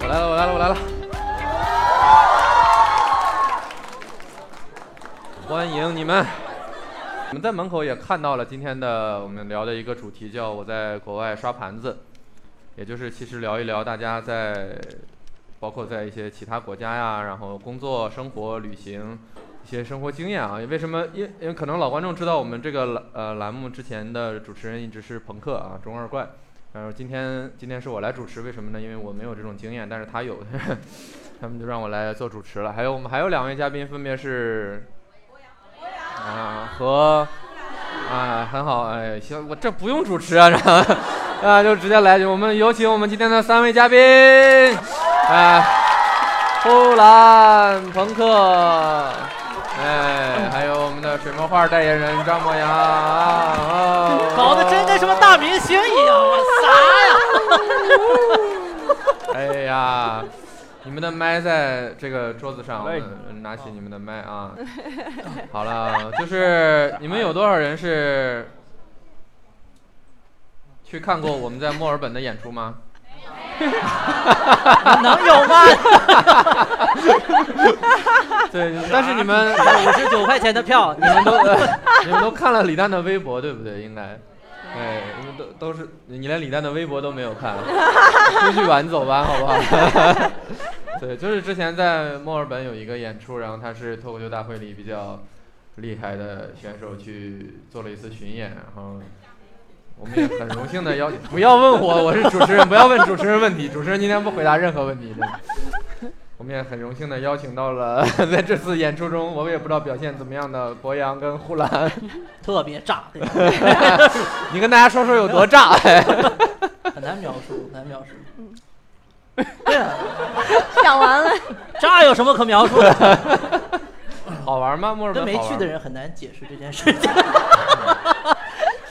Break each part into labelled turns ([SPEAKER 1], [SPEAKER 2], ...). [SPEAKER 1] 我来了，我来了，我来了！欢迎你们！我们在门口也看到了今天的我们聊的一个主题，叫“我在国外刷盘子”，也就是其实聊一聊大家在包括在一些其他国家呀，然后工作、生活、旅行一些生活经验啊。为什么？因因为可能老观众知道我们这个栏呃栏目之前的主持人一直是朋克啊，中二怪。然后今天今天是我来主持，为什么呢？因为我没有这种经验，但是他有，他们就让我来做主持了。还有我们还有两位嘉宾，分别是啊和啊很好，哎行，我这不用主持啊， 然后啊就直接来，我们有请我们今天的三位嘉宾啊，呼兰朋克。哎，还有我们的水墨画代言人张博洋，哦
[SPEAKER 2] 搞得真跟什么大明星一样，啊我啥呀？
[SPEAKER 1] 哎呀，你们的麦在这个桌子上，我
[SPEAKER 2] 嘞
[SPEAKER 1] 们拿起你们的麦啊。 好了，就是你们有多少人是去看过我们在墨尔本的演出吗？
[SPEAKER 2] 能有吗？
[SPEAKER 1] 对，但是你们
[SPEAKER 2] 五十九块钱的票，你
[SPEAKER 1] 你
[SPEAKER 2] 们
[SPEAKER 1] 们都、
[SPEAKER 2] 都
[SPEAKER 1] 呃你们都看了李诞的微博对不对？应该。对，你们都都是你连李诞的微博都没有看，出去玩走吧，好 不好？对，就是之前在墨尔本有一个演出，然后他是脱口秀大会里比较厉害的选手去做了一次巡演，然后我们也很荣幸的邀，不要问我，我是主持人，不要问主持人问题，主持人今天不回答任何问题的。我们也很荣幸的邀请到了 在这次演出中，我也不知道表现怎么样的博洋跟呼兰，
[SPEAKER 2] 特别炸，对吧
[SPEAKER 1] 你跟大家说说有多炸？
[SPEAKER 2] 很难描述，很难描述。对啊，
[SPEAKER 3] 讲完了，
[SPEAKER 2] 炸有什么可描述的？
[SPEAKER 1] 好玩吗？墨尔
[SPEAKER 2] 跟
[SPEAKER 1] 本
[SPEAKER 2] 没
[SPEAKER 1] 好玩
[SPEAKER 2] 去
[SPEAKER 1] 吗
[SPEAKER 2] 的人很难解释这件事情。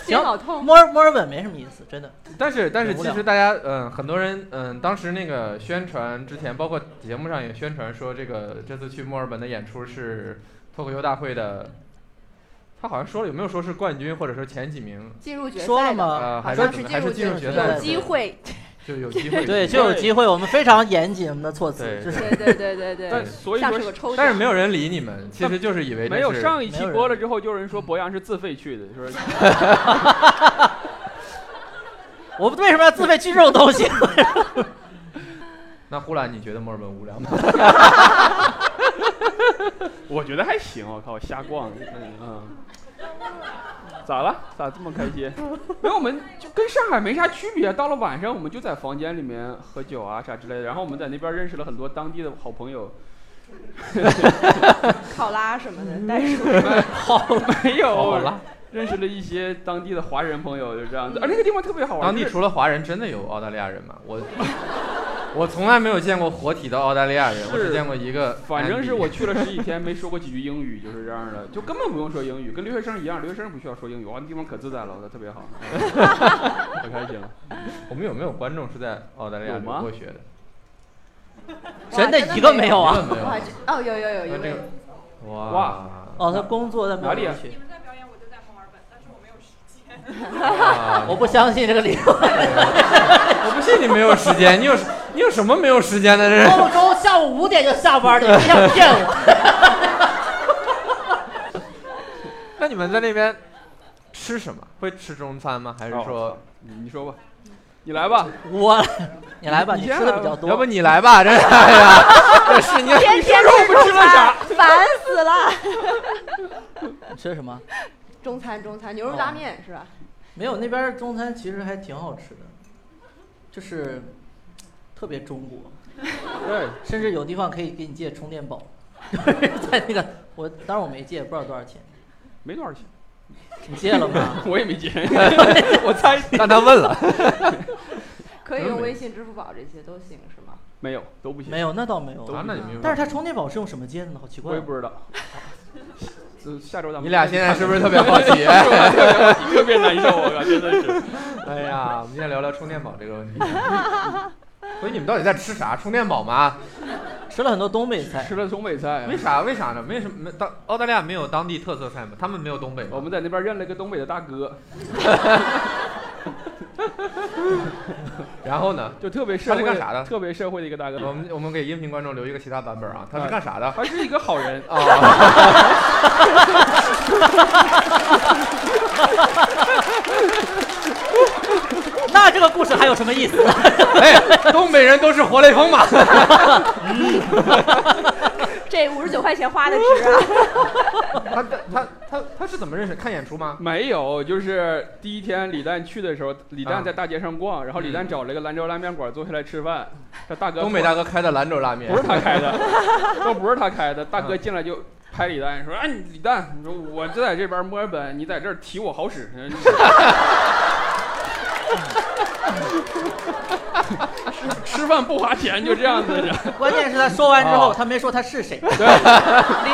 [SPEAKER 3] 心好痛。
[SPEAKER 2] 墨尔墨尔本没什么意思，真的。
[SPEAKER 1] 但是但是
[SPEAKER 2] 忍不
[SPEAKER 1] 其
[SPEAKER 2] 了
[SPEAKER 1] 实大家嗯，很多人嗯，当时那个宣传之前，包括节目上也宣传说，这个这次去墨尔本的演出是脱口秀大会的，他好像说了有没有说是冠军或者说前几名？
[SPEAKER 3] 进入决
[SPEAKER 2] 说
[SPEAKER 3] 赛
[SPEAKER 2] 了
[SPEAKER 3] 的
[SPEAKER 1] 呃，
[SPEAKER 2] 吗？
[SPEAKER 1] 还
[SPEAKER 3] 好
[SPEAKER 1] 是
[SPEAKER 3] 像是
[SPEAKER 1] 还是进
[SPEAKER 3] 进
[SPEAKER 1] 入
[SPEAKER 3] 入
[SPEAKER 1] 决
[SPEAKER 2] 决
[SPEAKER 1] 赛
[SPEAKER 2] 赛
[SPEAKER 1] 的
[SPEAKER 3] 有机会，
[SPEAKER 1] 就有机 会
[SPEAKER 2] 对，就有机会。我们非常严谨，我们的措辞
[SPEAKER 1] 对
[SPEAKER 2] 就是
[SPEAKER 3] 对对对对对
[SPEAKER 1] 但
[SPEAKER 3] 对，
[SPEAKER 4] 所以
[SPEAKER 3] 像
[SPEAKER 4] 说
[SPEAKER 3] 是个抽奖，
[SPEAKER 1] 但是没有人理你们，其实就是以为这
[SPEAKER 4] 没有
[SPEAKER 1] 是
[SPEAKER 4] 上一期播了之后，就有人说博洋是自费去的， 说
[SPEAKER 2] 我们为什么要自费去这种东西？
[SPEAKER 1] 那呼兰，你觉得墨尔本无聊吗？
[SPEAKER 4] 哎我觉得还行，我靠，瞎逛，嗯，咋了？咋这么开心？没有，我们就跟上海没啥区别。到了晚上，我们就在房间里面喝酒啊啥之类的，然后我们在那边认识了很多当地的好朋友。
[SPEAKER 3] 考拉什么
[SPEAKER 4] 嗯
[SPEAKER 3] 的，但是
[SPEAKER 4] 好，没有
[SPEAKER 1] 哦好了，
[SPEAKER 4] 认识了一些当地的华人朋友，就这样子。而啊那个地方特别好玩，
[SPEAKER 1] 嗯当地
[SPEAKER 4] 就是
[SPEAKER 1] 除了华人，真的有澳大利亚人吗？我我从来没有见过活体的澳大利亚人，我只
[SPEAKER 4] 是
[SPEAKER 1] 见过一个。
[SPEAKER 4] 反正是我，去了十几天，没说过几句英语，就是这样的，就根本不用说英语，跟留学生一样，留学生不需要说英语，哇，那地方可自在了，我的 特别好，很开心。
[SPEAKER 1] 我们有没有观众是在澳大利亚
[SPEAKER 4] 有
[SPEAKER 1] 留
[SPEAKER 4] 吗
[SPEAKER 1] 过学的？
[SPEAKER 2] 真
[SPEAKER 3] 的
[SPEAKER 2] 的一个没有
[SPEAKER 1] 一
[SPEAKER 2] 啊
[SPEAKER 1] 个！没有
[SPEAKER 3] 哇，这哦，有有有
[SPEAKER 1] 那
[SPEAKER 3] 有
[SPEAKER 1] 这
[SPEAKER 3] 有
[SPEAKER 1] 个，哇
[SPEAKER 4] 哇
[SPEAKER 2] 哦，他工作在墨尔
[SPEAKER 4] 哪里啊
[SPEAKER 2] 本去，
[SPEAKER 1] 哇
[SPEAKER 2] 我不相信这个理由。
[SPEAKER 1] 我不信你没有时间，你有你有什么没有时间的？这是
[SPEAKER 4] 哦
[SPEAKER 2] 澳洲下午五点就下班了，你想骗我？
[SPEAKER 1] 那你们在那边吃什么？会吃中餐吗？还
[SPEAKER 4] 哦
[SPEAKER 1] 是说，
[SPEAKER 4] 你你说吧，你来吧，
[SPEAKER 2] 我，你来吧，
[SPEAKER 4] 你
[SPEAKER 2] 你
[SPEAKER 4] 先
[SPEAKER 2] 吃的
[SPEAKER 4] 来
[SPEAKER 2] 比较
[SPEAKER 4] 吧
[SPEAKER 2] 多。
[SPEAKER 1] 要不你来吧？这是哎 呀，这是你
[SPEAKER 3] 天天
[SPEAKER 4] 说我们吃了啥
[SPEAKER 3] 中餐烦死了。
[SPEAKER 2] 你吃的什么？哦
[SPEAKER 3] 中餐中餐，牛肉拉面是吧？
[SPEAKER 2] 没有，那边儿中餐其实还挺好吃的，就是特别中国，
[SPEAKER 4] 对，
[SPEAKER 1] 哎
[SPEAKER 2] 甚至有地方可以给你借充电宝， 在那个我当然我没借，不知道多少钱，
[SPEAKER 4] 没多少 钱，
[SPEAKER 2] 你借了吗？
[SPEAKER 1] 哎
[SPEAKER 4] 我也没钱，我猜，
[SPEAKER 1] 啊让他问了。
[SPEAKER 3] 可以
[SPEAKER 1] 真
[SPEAKER 3] 用
[SPEAKER 1] 没
[SPEAKER 3] 微信、支付宝这些都行是吗？
[SPEAKER 4] 没有都不行，
[SPEAKER 2] 没有，那倒没有。
[SPEAKER 1] 啊，那也没有。
[SPEAKER 2] 但是它充电宝是用什么接的呢？好奇怪
[SPEAKER 4] 我也
[SPEAKER 2] 啊。
[SPEAKER 4] 不知道。 这下周咱们
[SPEAKER 1] 你俩现在是不是 特别好奇？
[SPEAKER 4] 特别难受？我靠，真的 是。
[SPEAKER 1] 哎呀，我们今天聊聊充电宝这个 问题。所以你们到底在吃啥？充电宝吗？
[SPEAKER 2] 吃了很多东北菜
[SPEAKER 4] 吃，了东北菜
[SPEAKER 1] 为，啥？为啥呢？为什么当澳大利亚没有当地特色菜吗？他们没有东北吗
[SPEAKER 4] 我们在那边认了一个东北的大哥，
[SPEAKER 1] 然后呢？
[SPEAKER 4] 就特别社会
[SPEAKER 1] 他是干啥的哦
[SPEAKER 4] 特别社会的一个大
[SPEAKER 1] 我
[SPEAKER 4] 哥，
[SPEAKER 1] 们我们给音频观众留一个其他版本啊，他是干啥的？。
[SPEAKER 4] 他是一个好人
[SPEAKER 1] 啊，
[SPEAKER 2] 那这个故事还有什么意思？
[SPEAKER 1] 哎，东北人都是活雷锋嘛。
[SPEAKER 3] 这五十九块钱花的值啊！
[SPEAKER 1] 他他他他他是怎么认识？看演出吗？
[SPEAKER 4] 没有，就是第一天李诞去的时候，李
[SPEAKER 1] 啊
[SPEAKER 4] 诞在大街上逛，然后李
[SPEAKER 1] 嗯
[SPEAKER 4] 诞找了一个兰州拉面馆坐下来吃 饭。这大哥
[SPEAKER 1] 东北大哥开的兰州拉面
[SPEAKER 4] 不 是他开的，都不是他开
[SPEAKER 1] 啊
[SPEAKER 4] 的。大哥进来就拍李诞说：“哎，你李诞，你说我就在这边墨尔本，你在这儿提我 好使。你”吃吃饭不花钱，就这样子着。
[SPEAKER 2] 关键是他说完之后，
[SPEAKER 1] 哦
[SPEAKER 2] 他没说他是谁， 李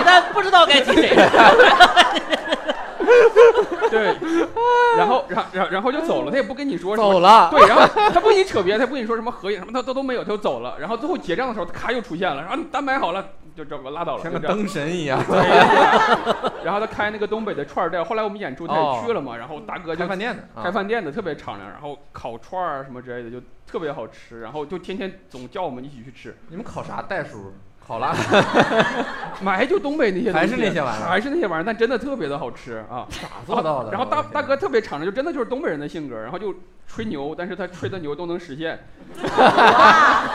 [SPEAKER 2] 诞不知道该提 谁。
[SPEAKER 4] 对，然后，然然然后就走了，他也不跟你说什么。
[SPEAKER 1] 走了。
[SPEAKER 4] 对，然后他不跟你扯别的，他不跟你说什么合影什么，他都都没有，他就走了。然后最后结账的时候，咔又出现了，啊然后你单买好了，就这个拉倒了，
[SPEAKER 1] 像
[SPEAKER 4] 就
[SPEAKER 1] 个
[SPEAKER 4] 这样
[SPEAKER 1] 灯神一样，
[SPEAKER 4] 然后他开那个东北的串儿店，后来我们演出他也去了嘛，然后大哥就
[SPEAKER 1] 哦开饭店的，啊
[SPEAKER 4] 开饭店的特别敞亮，然后烤串儿啊什么之类的就特别好吃，然后就天天总叫我们一起去吃，
[SPEAKER 1] 你们烤啥袋鼠？烤拉
[SPEAKER 4] 买就东北那些东西，
[SPEAKER 1] 还是那些玩意儿
[SPEAKER 4] 还是那些玩意儿，但真的特别的好吃啊，
[SPEAKER 1] 咋做到 的？
[SPEAKER 4] 然后大
[SPEAKER 1] 我的天
[SPEAKER 4] 大哥，特别敞亮，就真的就是东北人的性格，然后就吹牛，但是他吹的牛都能实现，啊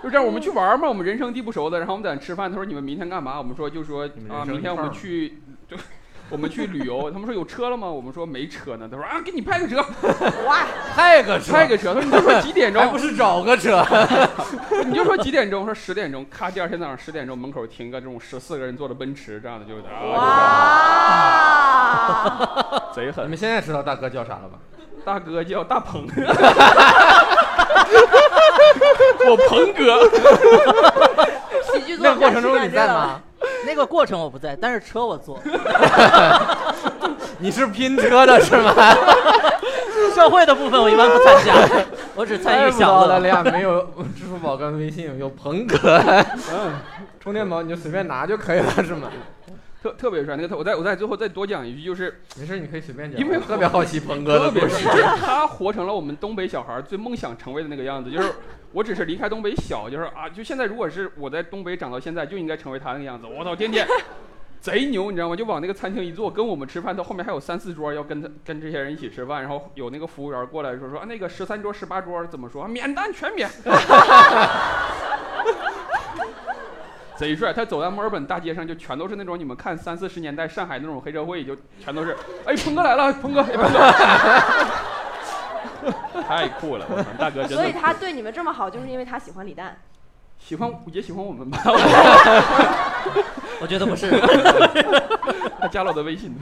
[SPEAKER 4] 就这样我们去玩儿嘛，我们人生地不熟的，然后我们在那吃饭，他说你们明天干嘛？我们说就说
[SPEAKER 1] 你们人
[SPEAKER 4] 啊，
[SPEAKER 1] 生
[SPEAKER 4] 明天
[SPEAKER 1] 一
[SPEAKER 4] 我
[SPEAKER 1] 块儿
[SPEAKER 4] 们
[SPEAKER 1] 嘛
[SPEAKER 4] 去就。我们去旅游，他们说有车了吗？我们说没车呢。他说啊，给你派个车，
[SPEAKER 3] 哇，
[SPEAKER 1] 开个车，
[SPEAKER 4] 派个车。他说你就说几点钟
[SPEAKER 1] 还不？是找个车？
[SPEAKER 4] 你就说几点钟？说十点钟。咔，第二天早上十点钟，门口停个这种十四个人坐的奔驰，这样的就啊，
[SPEAKER 1] 啊
[SPEAKER 3] 哇，
[SPEAKER 4] 就贼
[SPEAKER 1] 你
[SPEAKER 4] 狠。
[SPEAKER 1] 们现在知道大哥叫啥了吧？
[SPEAKER 4] 大哥叫大鹏，我鹏哥。
[SPEAKER 3] 喜剧作
[SPEAKER 1] 那
[SPEAKER 3] 家
[SPEAKER 1] 个过程中
[SPEAKER 3] 习惯
[SPEAKER 1] 你
[SPEAKER 3] 这
[SPEAKER 1] 在
[SPEAKER 3] 个
[SPEAKER 1] 吗？
[SPEAKER 2] 那个过程我不在，但是车我坐。
[SPEAKER 1] 你是拼车的是 吗？
[SPEAKER 2] 社会的部分我一般不参 加，我只参与
[SPEAKER 1] 不
[SPEAKER 2] 享
[SPEAKER 1] 到了，
[SPEAKER 2] 乐。
[SPEAKER 1] 利亚没有支付宝跟微信，有鹏哥，
[SPEAKER 4] 嗯，
[SPEAKER 1] 充电宝你就随便拿就可以了是吗？
[SPEAKER 4] 特特别帅。那个特，我再我再最后再多讲一句，就是
[SPEAKER 1] 没事，你可以随便讲。
[SPEAKER 4] 因为
[SPEAKER 1] 我特别好奇鹏哥
[SPEAKER 4] 特
[SPEAKER 1] 的
[SPEAKER 4] 别
[SPEAKER 1] 故
[SPEAKER 4] 帅
[SPEAKER 1] 事，，
[SPEAKER 4] 就是他活成了我们东北小孩儿最梦想成为的那个样子，就是。我只是离开东北小，就是啊，就现在如果是我在东北长到现在，就应该成为他那个样子。我操，天天贼牛，你知道吗？就往那个餐厅一坐，跟我们吃饭，到后面还有三四桌要跟他跟这些人一起吃饭，然后有那个服务员过来说说啊，那个十三桌十八桌怎么说？啊免单全免。贼帅！他走在墨尔本大街上，就全都是那种你们看三四十年代上海那种黑社会，就全都是，哎，鹏哥来了，鹏哥，哎、 鹏哥，太酷了！我操，大哥真
[SPEAKER 3] 所以
[SPEAKER 4] 的
[SPEAKER 3] 他对你们这么好，就是因为他喜欢李诞。
[SPEAKER 4] 喜欢也喜欢我们吧？
[SPEAKER 2] 我觉得 不是，
[SPEAKER 4] 他加了我的 微信，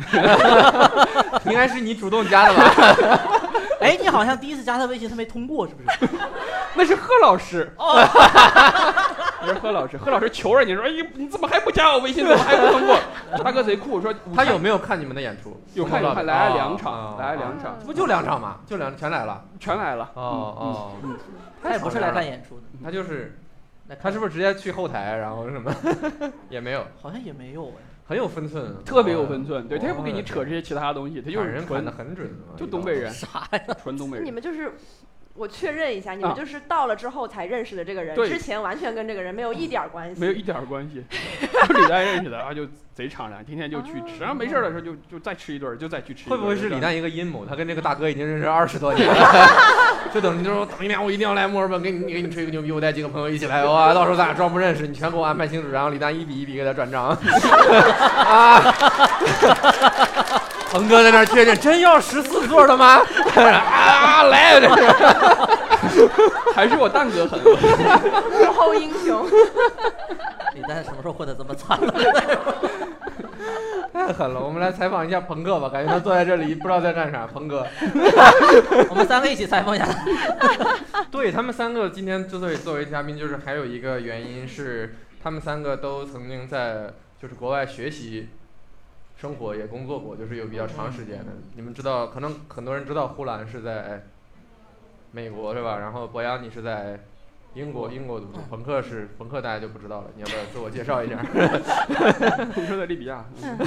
[SPEAKER 1] 应该是你主动加的吧？
[SPEAKER 2] 哎，你好像第一次加他微信，他没通过，是不是？
[SPEAKER 4] 那是贺老师，
[SPEAKER 3] 哦
[SPEAKER 4] 那是贺老师，贺老师求着你说，哎，你怎么还不加我微信？怎么还不通过？ 大哥贼酷，我说
[SPEAKER 1] 他有没有看你们的演出？
[SPEAKER 4] 有看有看，来了两场，来了两场，
[SPEAKER 1] 不就两场吗？就两全来了。
[SPEAKER 4] 全来了。
[SPEAKER 1] 哦哦，
[SPEAKER 2] 他也不是来看演出的，
[SPEAKER 1] 他就是
[SPEAKER 2] 来看
[SPEAKER 1] 他是不是直接去后台，然后什么 也没有，
[SPEAKER 2] 好像也没有哎。
[SPEAKER 1] 很有分寸，哦
[SPEAKER 4] 特别有分寸，对他也
[SPEAKER 1] 也
[SPEAKER 4] 不给你扯这些其他东西，他就
[SPEAKER 1] 把
[SPEAKER 4] 是
[SPEAKER 1] 人砍
[SPEAKER 4] 纯
[SPEAKER 1] 得很准，
[SPEAKER 4] 就东 北人，
[SPEAKER 2] 啥
[SPEAKER 4] 纯东北
[SPEAKER 3] 你
[SPEAKER 4] 人。
[SPEAKER 3] 们就是，我确认一下，你们
[SPEAKER 4] 啊
[SPEAKER 3] 就是到了之后才认识的这个人，
[SPEAKER 4] 对
[SPEAKER 3] 之前完全跟这个人没有一点儿关系。
[SPEAKER 4] 没有一点儿关系， 就李诞认识的，啊，就贼敞亮，天天就去吃，然后没事儿的时候就就再吃一顿儿，就再去吃一顿
[SPEAKER 1] 会
[SPEAKER 4] 儿。
[SPEAKER 1] 不会是李
[SPEAKER 4] 就这样？
[SPEAKER 1] 诞一个阴谋？他跟这个大哥已经认识二十多年了， 就等于就是说等一年我一定要来墨尔本给你给你吹个牛逼，我带几个朋友一起来， 哇，到时候咱俩装不认识，你全给我安排清楚，然后李诞一笔一笔给他转 账。啊，鹏哥在那儿确认，真要十四座的吗？ 啊，来，这是
[SPEAKER 4] 还是 我蛋哥狠，
[SPEAKER 3] 幕后英 雄，
[SPEAKER 2] 李诞什么时候混得这么惨了？
[SPEAKER 1] 太狠哎了。我们来采访一下鹏哥吧，感觉他坐在这里不知道在干啥。鹏哥，
[SPEAKER 2] 我们三个一起采访一下他。
[SPEAKER 1] 对他们三个今天之所以作为嘉宾，就是还有一个原因是他们三个都曾经在就是国外学习、生活也工作过，就是有比较长时间的。你们知道，可能很多人知道呼兰是在美国是吧？然后博洋你是在英国英国读书，朋克是朋克大家就不知道了。你要不要自我介绍一下？
[SPEAKER 4] 你说的利比亚，嗯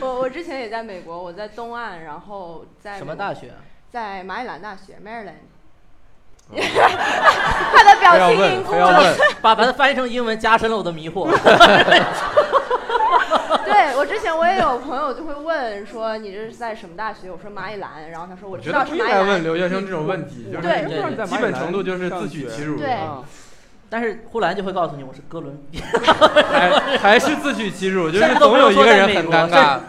[SPEAKER 3] 我我之前也在美国，我在东岸，然后在
[SPEAKER 2] 什么大学啊？
[SPEAKER 3] 在马里兰大学 （Maryland）。他的
[SPEAKER 1] 不哦要
[SPEAKER 3] 表情
[SPEAKER 1] 问，
[SPEAKER 3] 凝固
[SPEAKER 1] 不要
[SPEAKER 3] 了。
[SPEAKER 1] 问，
[SPEAKER 2] 把把它翻译成英文，加深了我的迷惑。
[SPEAKER 3] 对我之前我也有朋友就会问说你这是在什么大学？我说马里兰，然后他说我
[SPEAKER 1] 我觉
[SPEAKER 3] 知
[SPEAKER 1] 得
[SPEAKER 3] 道
[SPEAKER 1] 不
[SPEAKER 3] 是
[SPEAKER 1] 应
[SPEAKER 3] 马里
[SPEAKER 1] 该问
[SPEAKER 3] 兰。
[SPEAKER 1] 留学生这种问题，就是
[SPEAKER 3] 对
[SPEAKER 4] 不知道你在
[SPEAKER 1] 基
[SPEAKER 4] 马里
[SPEAKER 1] 本
[SPEAKER 4] 兰
[SPEAKER 1] 程度就是自
[SPEAKER 4] 上
[SPEAKER 1] 取
[SPEAKER 4] 学
[SPEAKER 1] 其辱，
[SPEAKER 3] 对
[SPEAKER 1] 啊
[SPEAKER 2] 但是呼兰就会告诉你，我是哥伦比亚。
[SPEAKER 1] 还还是自取其辱，就
[SPEAKER 2] 这
[SPEAKER 1] 是
[SPEAKER 2] 个
[SPEAKER 1] 总有一个人很尴
[SPEAKER 2] 不能
[SPEAKER 1] 尬。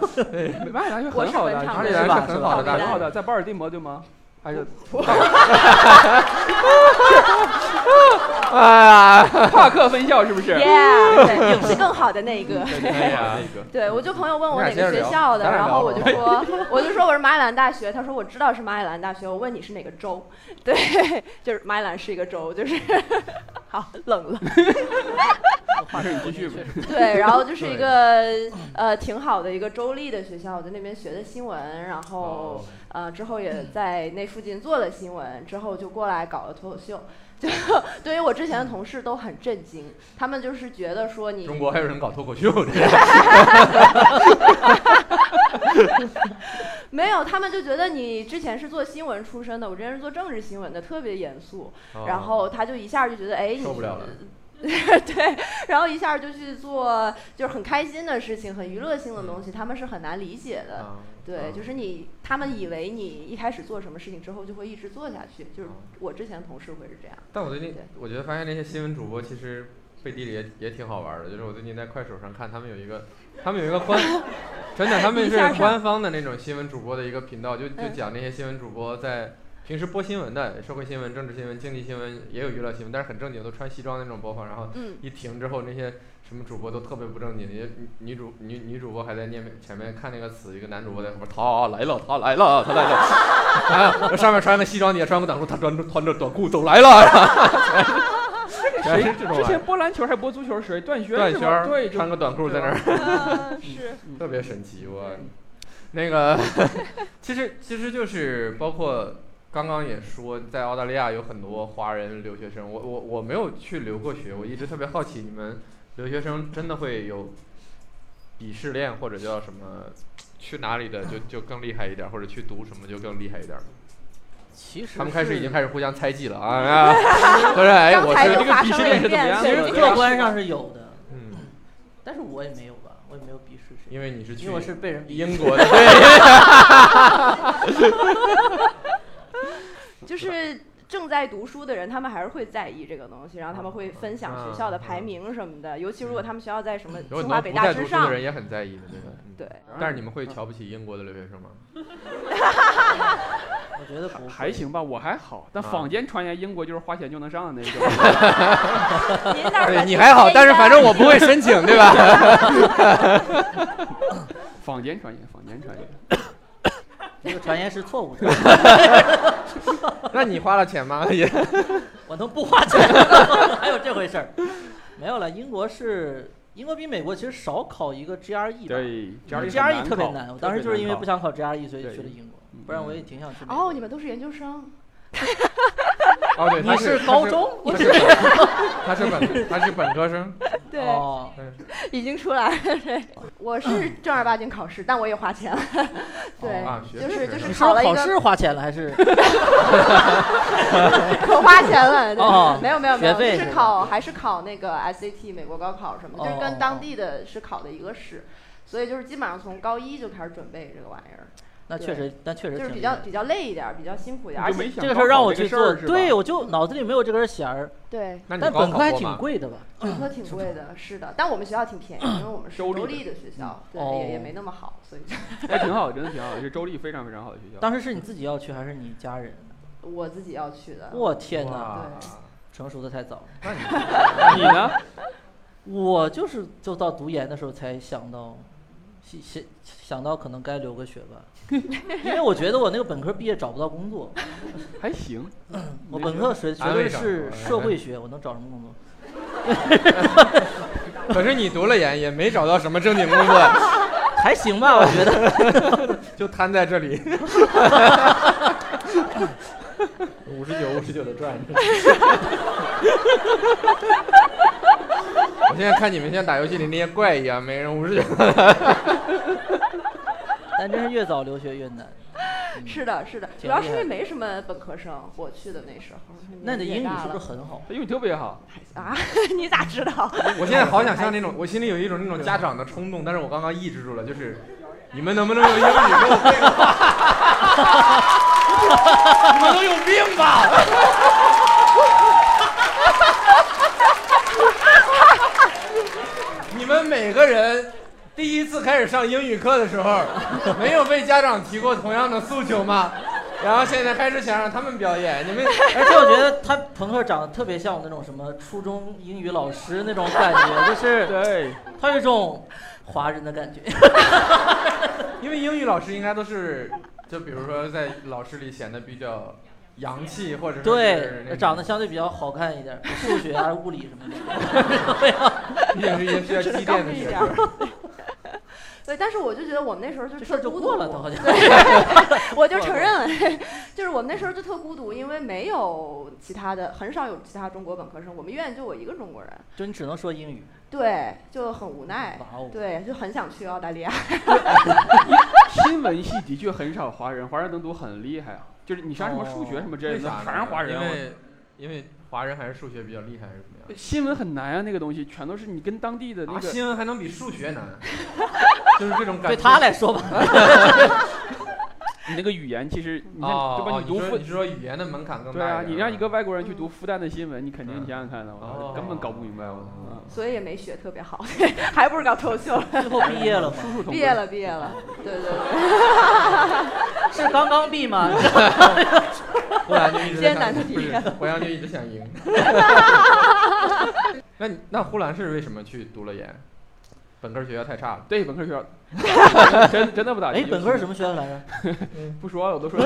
[SPEAKER 4] 马里兰是
[SPEAKER 3] 我
[SPEAKER 4] 很
[SPEAKER 3] 是
[SPEAKER 4] 好的，
[SPEAKER 3] 文昌
[SPEAKER 1] 马
[SPEAKER 3] 的
[SPEAKER 1] 里兰
[SPEAKER 2] 是
[SPEAKER 1] 是
[SPEAKER 2] 吧
[SPEAKER 1] 很好的大
[SPEAKER 4] 很好
[SPEAKER 1] 学，
[SPEAKER 4] 的，在巴尔的摩对吗？还是
[SPEAKER 1] 哎呀，
[SPEAKER 4] 帕克分校是不是？
[SPEAKER 3] Yeah，对是更好的那一个。
[SPEAKER 1] 哎呀，
[SPEAKER 3] 对，我就朋友问我
[SPEAKER 1] 你俩
[SPEAKER 3] 哪个
[SPEAKER 1] 接
[SPEAKER 3] 学
[SPEAKER 1] 着聊
[SPEAKER 3] 校的，
[SPEAKER 1] 咱俩
[SPEAKER 3] 然
[SPEAKER 1] 聊
[SPEAKER 3] 后我就
[SPEAKER 1] 吧
[SPEAKER 3] 说，我就说我是马里兰大学，他说我知道是马里兰大学，我问你是哪个州？对，就是马里兰是一个州，就是好冷了。
[SPEAKER 4] 帕克，你继续吧。
[SPEAKER 3] 对，然后就是一个呃挺好的一个州立的学校，我在那边学的新闻，然后
[SPEAKER 1] 哦
[SPEAKER 3] 呃之后
[SPEAKER 1] 嗯
[SPEAKER 3] 也在那附近做了新闻，之后就过来搞了脱口秀。就 对于我之前的同事都很震惊，他们就是觉得说你
[SPEAKER 1] 嗯中国还有人搞脱口秀，这样
[SPEAKER 3] 没有，他们就觉得你之前是做新闻出身的，我之前是做政治新闻的，特别严肃。 然后他就一下就觉得，哎，你
[SPEAKER 1] 哦受不了了
[SPEAKER 3] 对，然后一下就去做就是很开心的事情，很娱乐性的东西，他们是很难理解的。
[SPEAKER 1] 嗯啊
[SPEAKER 3] 对，就是你，他们以为你一开始做什么事情之后就会一直做下去，就是
[SPEAKER 1] 嗯
[SPEAKER 3] 我之前同事会是这 样。
[SPEAKER 1] 但我最近
[SPEAKER 3] 对
[SPEAKER 1] 我觉得发现那些新闻主播其实背地里也也挺好玩的，就是我最近在快手上看他们有一个，他们有一个 官，真的他们
[SPEAKER 3] 一
[SPEAKER 1] 是
[SPEAKER 3] 下上
[SPEAKER 1] 官方的那种新闻主播的一个频道，就就
[SPEAKER 3] 嗯
[SPEAKER 1] 讲那些新闻主播在平时播新闻的社会新闻、政治新闻、经济新闻，也有娱乐新闻，但是很正经，都穿西装那种播放，然后
[SPEAKER 3] 嗯，
[SPEAKER 1] 一停之后，那些什么主播都特别不正经，也女主女女主播还在念前面看那个词，一个男主播在旁边，他来了，他来了，他来了，啊，这上面穿个西装，底下穿个短裤，他穿着穿着短裤走来了，全
[SPEAKER 4] 谁
[SPEAKER 1] 是这种玩
[SPEAKER 4] 之
[SPEAKER 1] 意
[SPEAKER 4] 前
[SPEAKER 1] 儿。
[SPEAKER 4] 播篮球还播足球，谁？段轩
[SPEAKER 1] 转
[SPEAKER 4] 是
[SPEAKER 1] 圈
[SPEAKER 4] 吗
[SPEAKER 1] 儿
[SPEAKER 4] 对，就啊
[SPEAKER 1] 穿个短裤在那儿，
[SPEAKER 3] 嗯是，
[SPEAKER 1] 特别神奇。我那个其实其实就是包括刚刚也说，在澳大利亚有很多华人留学生。我我我没有去留过学，我一直特别好奇你们留学生真的会有鄙视链或者叫什么？去哪里的就就更厉害一点，或者去读什么就更厉害一点。
[SPEAKER 2] 其实
[SPEAKER 1] 他们开始已经
[SPEAKER 2] 始。
[SPEAKER 1] 开始互相猜忌了啊！啊不是，哎，
[SPEAKER 3] 刚
[SPEAKER 1] 我
[SPEAKER 3] 才
[SPEAKER 1] 是
[SPEAKER 4] 这
[SPEAKER 3] 就
[SPEAKER 4] 个
[SPEAKER 3] 发
[SPEAKER 4] 鄙
[SPEAKER 3] 生
[SPEAKER 4] 视
[SPEAKER 3] 了
[SPEAKER 4] 链是
[SPEAKER 3] 一
[SPEAKER 4] 怎么
[SPEAKER 3] 遍
[SPEAKER 4] 样
[SPEAKER 2] 其
[SPEAKER 4] 的
[SPEAKER 3] 对
[SPEAKER 2] 实
[SPEAKER 4] 这个
[SPEAKER 2] 客观上是有的，
[SPEAKER 1] 嗯，
[SPEAKER 2] 但是我也没有吧，我也没有鄙视谁，
[SPEAKER 1] 因为你是去
[SPEAKER 2] 因为我是被人鄙视。
[SPEAKER 1] 英国的，对，
[SPEAKER 3] 就是正在读书的人，他们还是会在意这个东西，然后他们会分享学校的排名什么的，尤其如果他们学校在什么
[SPEAKER 1] 嗯有很多
[SPEAKER 3] 清华、北
[SPEAKER 1] 不在
[SPEAKER 3] 大
[SPEAKER 1] 读
[SPEAKER 3] 之
[SPEAKER 1] 书的
[SPEAKER 3] 上，
[SPEAKER 1] 人也很在意的，对吧？嗯
[SPEAKER 3] 对。
[SPEAKER 1] 但是你们会瞧不起英国的留学生吗？
[SPEAKER 2] 我觉得不会
[SPEAKER 4] 还。行吧，我还好，但
[SPEAKER 1] 啊
[SPEAKER 4] 坊间传言英国就是花钱就能上的那 种。
[SPEAKER 3] 您 那儿
[SPEAKER 1] 你还好，但是反正我不会申请，对吧？
[SPEAKER 4] 坊间传言，坊间传言，
[SPEAKER 2] 这个传言是错误的，
[SPEAKER 1] 那你花了钱吗？ 也
[SPEAKER 2] 我能不花钱 吗？还有这回事儿？没有了，英国是英国比美国其实少考一个 GRE 吧。
[SPEAKER 4] 对
[SPEAKER 1] E
[SPEAKER 2] GRE 特别难，我当时就是因为不想考 GRE，所以
[SPEAKER 4] 对
[SPEAKER 2] 去了英国
[SPEAKER 4] 嗯，
[SPEAKER 2] 不然我也挺想去美国。
[SPEAKER 3] 哦，你们都是研究生，
[SPEAKER 1] 哦，对，他
[SPEAKER 2] 你
[SPEAKER 1] 是
[SPEAKER 2] 高，中？
[SPEAKER 1] 他
[SPEAKER 2] 我
[SPEAKER 1] 是他是本他是本科生，
[SPEAKER 3] 对，
[SPEAKER 2] 哦，
[SPEAKER 3] 已经出来了。对，
[SPEAKER 1] 哦
[SPEAKER 3] 我是正儿八经考试，但我也花钱了。对，
[SPEAKER 1] 啊学
[SPEAKER 3] 就
[SPEAKER 1] 费
[SPEAKER 3] 是
[SPEAKER 1] 是
[SPEAKER 3] 就
[SPEAKER 1] 吧
[SPEAKER 3] 是
[SPEAKER 2] 你是
[SPEAKER 3] 考了一
[SPEAKER 2] 考
[SPEAKER 3] 个
[SPEAKER 2] 试花钱了还 是？
[SPEAKER 3] 可花钱了。对
[SPEAKER 2] 哦
[SPEAKER 3] 没有没有没有，
[SPEAKER 2] 学
[SPEAKER 3] 就
[SPEAKER 2] 费
[SPEAKER 3] 是
[SPEAKER 2] 是吧
[SPEAKER 3] 考还是考那个 SAT 美国高考什么，就是
[SPEAKER 2] 哦
[SPEAKER 3] 跟当地的是考的一个试，所以就是基本上从高一就开始准备这个玩意儿，
[SPEAKER 2] 那确实，那确实
[SPEAKER 3] 就是
[SPEAKER 2] 挺厉
[SPEAKER 3] 比较
[SPEAKER 2] 害。
[SPEAKER 3] 比较累一点儿，比较辛苦一点儿，
[SPEAKER 4] 而
[SPEAKER 3] 而
[SPEAKER 4] 且
[SPEAKER 3] 且
[SPEAKER 2] 这个事儿让我去做， 对我就脑子里没有这根弦儿，
[SPEAKER 3] 对
[SPEAKER 1] 那你
[SPEAKER 2] 但
[SPEAKER 1] 高
[SPEAKER 2] 本
[SPEAKER 1] 考
[SPEAKER 2] 科还
[SPEAKER 1] 过
[SPEAKER 2] 挺
[SPEAKER 1] 吗？
[SPEAKER 2] 贵的吧？
[SPEAKER 3] 本科挺贵 的，是的，但我们学校挺便宜，因为我们是
[SPEAKER 4] 州
[SPEAKER 3] 州
[SPEAKER 4] 立的
[SPEAKER 3] 立的学校，对，
[SPEAKER 2] 哦
[SPEAKER 3] 也也没那么好，所以 就
[SPEAKER 4] 还哎挺好，真的挺好，是州立非常非常好的学校。
[SPEAKER 2] 当时是你自己要去还是你家人？
[SPEAKER 3] 我自己要去的。
[SPEAKER 2] 我天哪，
[SPEAKER 1] 哇
[SPEAKER 3] 对
[SPEAKER 2] 成熟的太早了。
[SPEAKER 1] 那你
[SPEAKER 4] 你呢？
[SPEAKER 2] 我就是就到读研的时候才想到，想想想到可能该留个学吧，因为我觉得我那个本科毕业找不到工作，
[SPEAKER 4] 还行，
[SPEAKER 2] 我本科学学
[SPEAKER 1] 安慰
[SPEAKER 2] 的
[SPEAKER 1] 上
[SPEAKER 2] 是
[SPEAKER 1] 哎
[SPEAKER 2] 社会学，我能找什么工作？
[SPEAKER 1] 可是你读了研也没找到什么正经工作，
[SPEAKER 2] 还行吧，我觉得。
[SPEAKER 1] 就瘫在这里。五十九，五十九的转着。 我现在看你们像打游戏里那些怪一样，每人五十九。
[SPEAKER 2] 但真是越早留学越难。
[SPEAKER 3] 是的，是的，主
[SPEAKER 2] 挺
[SPEAKER 3] 要
[SPEAKER 2] 厉
[SPEAKER 3] 是因为
[SPEAKER 2] 害
[SPEAKER 3] 没什么本科生，我去的那时候。
[SPEAKER 2] 那你的
[SPEAKER 3] 年
[SPEAKER 2] 英
[SPEAKER 3] 纪也
[SPEAKER 2] 语
[SPEAKER 3] 大
[SPEAKER 2] 是不是
[SPEAKER 3] 了
[SPEAKER 2] 很好？
[SPEAKER 4] 他英语特 别好，
[SPEAKER 3] 啊？ 你咋知道？
[SPEAKER 1] 我现在好想像那种，我心里有一种那种家长的冲动，但是我刚刚抑制住了，就是你们能不能用英语跟我对话？ 你们都有病吧？ 你们每个人第一次开始上英语课的时候，没有被家长提过同样的诉求吗？然后现在开始想让他们表演，你们
[SPEAKER 2] 而且我觉得他朋克长得特别像我那种什么初中英语老师那种感觉， 就是
[SPEAKER 4] 对，
[SPEAKER 2] 他有一种华人的感觉。
[SPEAKER 1] 因为英语老师应该都是，就比如说在老师里显得比较洋气，或者说是那
[SPEAKER 2] 对，
[SPEAKER 1] 种
[SPEAKER 2] 长得相对比较好看一点，数学啊、物理什么的。
[SPEAKER 1] 毕竟是一些需要积淀的学科。
[SPEAKER 3] 对，但是我就觉得我们那时候就
[SPEAKER 2] 这事儿
[SPEAKER 3] 特
[SPEAKER 2] 就
[SPEAKER 3] 孤
[SPEAKER 2] 过
[SPEAKER 3] 独
[SPEAKER 2] 了，都好像。
[SPEAKER 3] 我就承认了， 就是我们那时候就特孤独，因为没有其他的，很少有其他中国本科生，我们院就我一个中国人，
[SPEAKER 2] 就你只能说英语。
[SPEAKER 3] 对，就很无奈
[SPEAKER 2] 哇哦，
[SPEAKER 3] 哎对，就很想去澳大利亚，
[SPEAKER 4] 新闻系的确很少华人，华人能读很厉害啊，就是你上什
[SPEAKER 2] 哦
[SPEAKER 4] 么数学什么之类
[SPEAKER 1] 为
[SPEAKER 4] 的，
[SPEAKER 1] 啥呢
[SPEAKER 4] 全是华
[SPEAKER 1] 因
[SPEAKER 4] 人啊。
[SPEAKER 1] 为因为华人还是数学比较厉害，还是怎么样？
[SPEAKER 4] 新闻很难啊，那个东西全都是你跟当地的那
[SPEAKER 1] 啊，
[SPEAKER 4] 个
[SPEAKER 1] 新闻还能比数学 难，就是这种感觉。
[SPEAKER 2] 对他来说吧，
[SPEAKER 4] 你那个语言，其实你看，
[SPEAKER 1] 哦，
[SPEAKER 4] 对吧？
[SPEAKER 1] 哦
[SPEAKER 4] 你
[SPEAKER 1] 你
[SPEAKER 4] 读
[SPEAKER 1] 说
[SPEAKER 4] 复
[SPEAKER 1] 你是说语言的门槛更大
[SPEAKER 4] 对啊，
[SPEAKER 1] 一点
[SPEAKER 4] 你让一个外国人去读复旦的新闻，你肯定
[SPEAKER 2] 嗯
[SPEAKER 4] 你想想看呢，我
[SPEAKER 1] 哦
[SPEAKER 4] 根本搞不明白，我嗯操！
[SPEAKER 3] 所以也没学特别好， 还不如搞脱口秀了。
[SPEAKER 2] 最后毕业了嘛，
[SPEAKER 4] 叔叔同
[SPEAKER 3] 毕业了，毕业了，对对对，
[SPEAKER 2] 是刚刚毕吗？
[SPEAKER 1] 不然啊就一直在
[SPEAKER 3] 艰难地
[SPEAKER 1] 想，不
[SPEAKER 3] 毕
[SPEAKER 1] 是
[SPEAKER 3] 业，
[SPEAKER 1] 胡杨就一直想 赢。那你那呼兰是为什么去读了研？本科学校太差了。
[SPEAKER 4] 对，本科学 校，真真的不咋地。
[SPEAKER 2] 哎，本科是什么学校来着？
[SPEAKER 4] 不说了，我都说，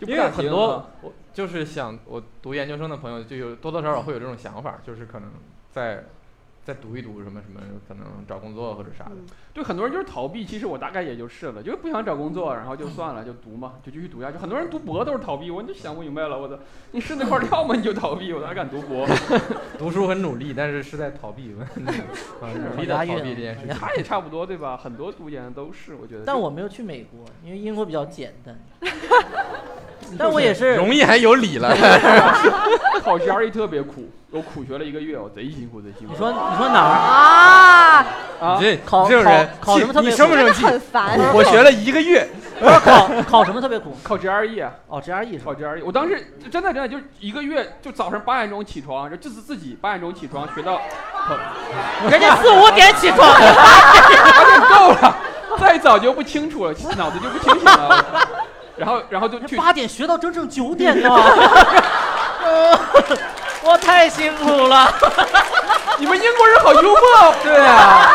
[SPEAKER 4] 就不
[SPEAKER 1] 因为
[SPEAKER 4] 咋
[SPEAKER 1] 很
[SPEAKER 4] 听
[SPEAKER 1] 多
[SPEAKER 4] 了。
[SPEAKER 1] 我就是想，我读研究生的朋友就有多多少少会有这种想法，就是可能再再读一读什么什么，可能找工作或者啥的。
[SPEAKER 2] 嗯
[SPEAKER 4] 对，很多人就是逃避。其实我大概也就是了，就是不想找工作，然后就算了，就读嘛，就继续读下去。很多人读博都是逃避，我就想不明白了，我的，你是那块料吗？你就逃避，我哪敢读博？
[SPEAKER 1] 读书很努力，但是是在逃避问题， 啊，努力的逃避这件事情。
[SPEAKER 2] 哎
[SPEAKER 4] 他也差不多，对吧？很多读研都是，我觉得。
[SPEAKER 2] 但我没有去美国，因为英国比较简单。但我也是，
[SPEAKER 1] 容易还有理了，
[SPEAKER 4] 考 GRE 特别苦，我苦学了一个月，我贼辛苦，贼辛苦。
[SPEAKER 2] 你说你说哪儿？
[SPEAKER 3] 啊，
[SPEAKER 4] 啊
[SPEAKER 1] 你，这
[SPEAKER 2] 考
[SPEAKER 1] 你这种人
[SPEAKER 2] 考考什
[SPEAKER 1] 气
[SPEAKER 2] 么特别
[SPEAKER 1] 你生不
[SPEAKER 3] 真的
[SPEAKER 1] 生气？
[SPEAKER 3] 很烦。
[SPEAKER 2] 啊
[SPEAKER 1] 我学了一个月，
[SPEAKER 2] 不是考考什么特别苦？
[SPEAKER 4] 考 GRE 啊，
[SPEAKER 2] 哦，GRE 是吧
[SPEAKER 4] 考 GRE，我当时真的真的就是一个月，就早上八点钟起床，就自自己八点钟起床学到，
[SPEAKER 2] 人家四五点起床，
[SPEAKER 4] 八点够了，再早就不清楚了，脑子就不清醒了。然后然后就去，
[SPEAKER 2] 八点学到整整九点呢。 我太辛苦了，
[SPEAKER 4] 你们英国人好幽默，对 啊，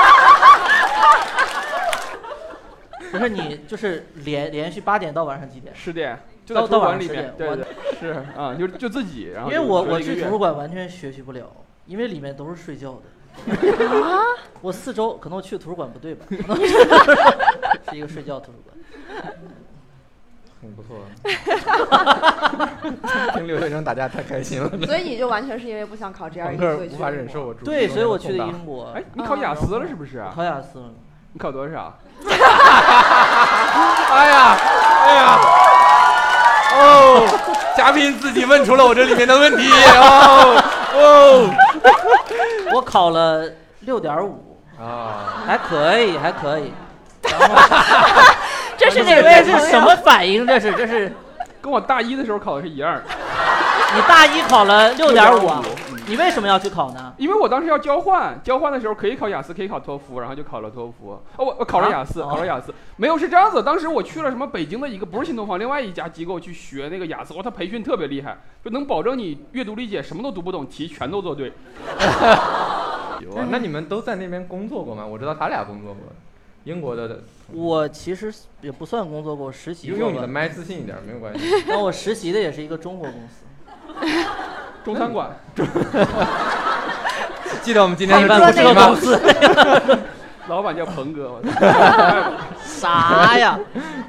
[SPEAKER 2] 不是你就是连连续八点到晚上几点？
[SPEAKER 4] 十点就在
[SPEAKER 2] 到
[SPEAKER 4] 图
[SPEAKER 2] 到
[SPEAKER 4] 书
[SPEAKER 2] 晚
[SPEAKER 4] 馆
[SPEAKER 2] 上
[SPEAKER 4] 里
[SPEAKER 2] 十
[SPEAKER 4] 面，
[SPEAKER 2] 点
[SPEAKER 4] 对
[SPEAKER 2] 我
[SPEAKER 4] 对是啊，就就自己，然后
[SPEAKER 2] 因为我
[SPEAKER 4] 就
[SPEAKER 2] 我
[SPEAKER 4] 学了
[SPEAKER 2] 去
[SPEAKER 4] 一
[SPEAKER 2] 图
[SPEAKER 4] 个月
[SPEAKER 2] 书馆完全学习不了，因为里面都是睡觉的。
[SPEAKER 3] 啊
[SPEAKER 2] 我四周可能我去的图书馆不对吧？可能 是是一个睡觉图书馆。
[SPEAKER 1] 很嗯不错。啊 听留学生打架太开心了，
[SPEAKER 3] 所以你就完全是因为不想考 GRE，
[SPEAKER 1] 朋
[SPEAKER 3] 所
[SPEAKER 1] 克
[SPEAKER 3] 以去
[SPEAKER 1] 无法忍受我。
[SPEAKER 2] 对，所以我去的英国，
[SPEAKER 4] 哎，你考雅思了是不是？啊
[SPEAKER 2] 考雅思了。
[SPEAKER 4] 你考多少？
[SPEAKER 1] 哎呀，哎呀，哦，嘉宾自己问出了我这里面的问题，哦，哦，
[SPEAKER 2] 我考了六点五，
[SPEAKER 1] 啊，
[SPEAKER 2] 还可以，还可以。
[SPEAKER 3] 这是哪
[SPEAKER 2] 这
[SPEAKER 3] 位
[SPEAKER 2] 这是
[SPEAKER 3] 朋
[SPEAKER 2] 什
[SPEAKER 3] 友？
[SPEAKER 2] 么反应？ 这是这是
[SPEAKER 4] 跟我大一的时候考的是一样的。
[SPEAKER 2] 你大一考了六点五啊
[SPEAKER 4] 6.5？
[SPEAKER 2] 你为什么要去考呢？
[SPEAKER 4] 因为我当时要交换，交换的时候可以考雅思，可以考托福，然后就考了托福。哦，我我考了雅思，
[SPEAKER 2] 啊
[SPEAKER 4] 考了雅思。没有是这样子，当时我去了什么北京的一个不是新东方，另外一家机构去学那个雅思，哇，他培训特别厉害，就能保证你阅读理解什么都读不懂，题全都做对。
[SPEAKER 1] 有啊，那你们都在那边工作过吗？我知道他俩工作过，英国的，
[SPEAKER 2] 我其实也不算工作过，我实习
[SPEAKER 1] 用
[SPEAKER 2] 过
[SPEAKER 1] 用你的
[SPEAKER 2] 吧。
[SPEAKER 1] 麦自信一点，没有关系。
[SPEAKER 2] 但我实习的也是一个中国公司，
[SPEAKER 4] 中餐馆，
[SPEAKER 1] 记得我们今天
[SPEAKER 2] 一
[SPEAKER 1] 的
[SPEAKER 2] 般
[SPEAKER 1] 主
[SPEAKER 2] 不是
[SPEAKER 1] 题
[SPEAKER 2] 个公
[SPEAKER 1] 吗？
[SPEAKER 2] 司。
[SPEAKER 4] 老板叫鹏哥，我操
[SPEAKER 2] 啥呀？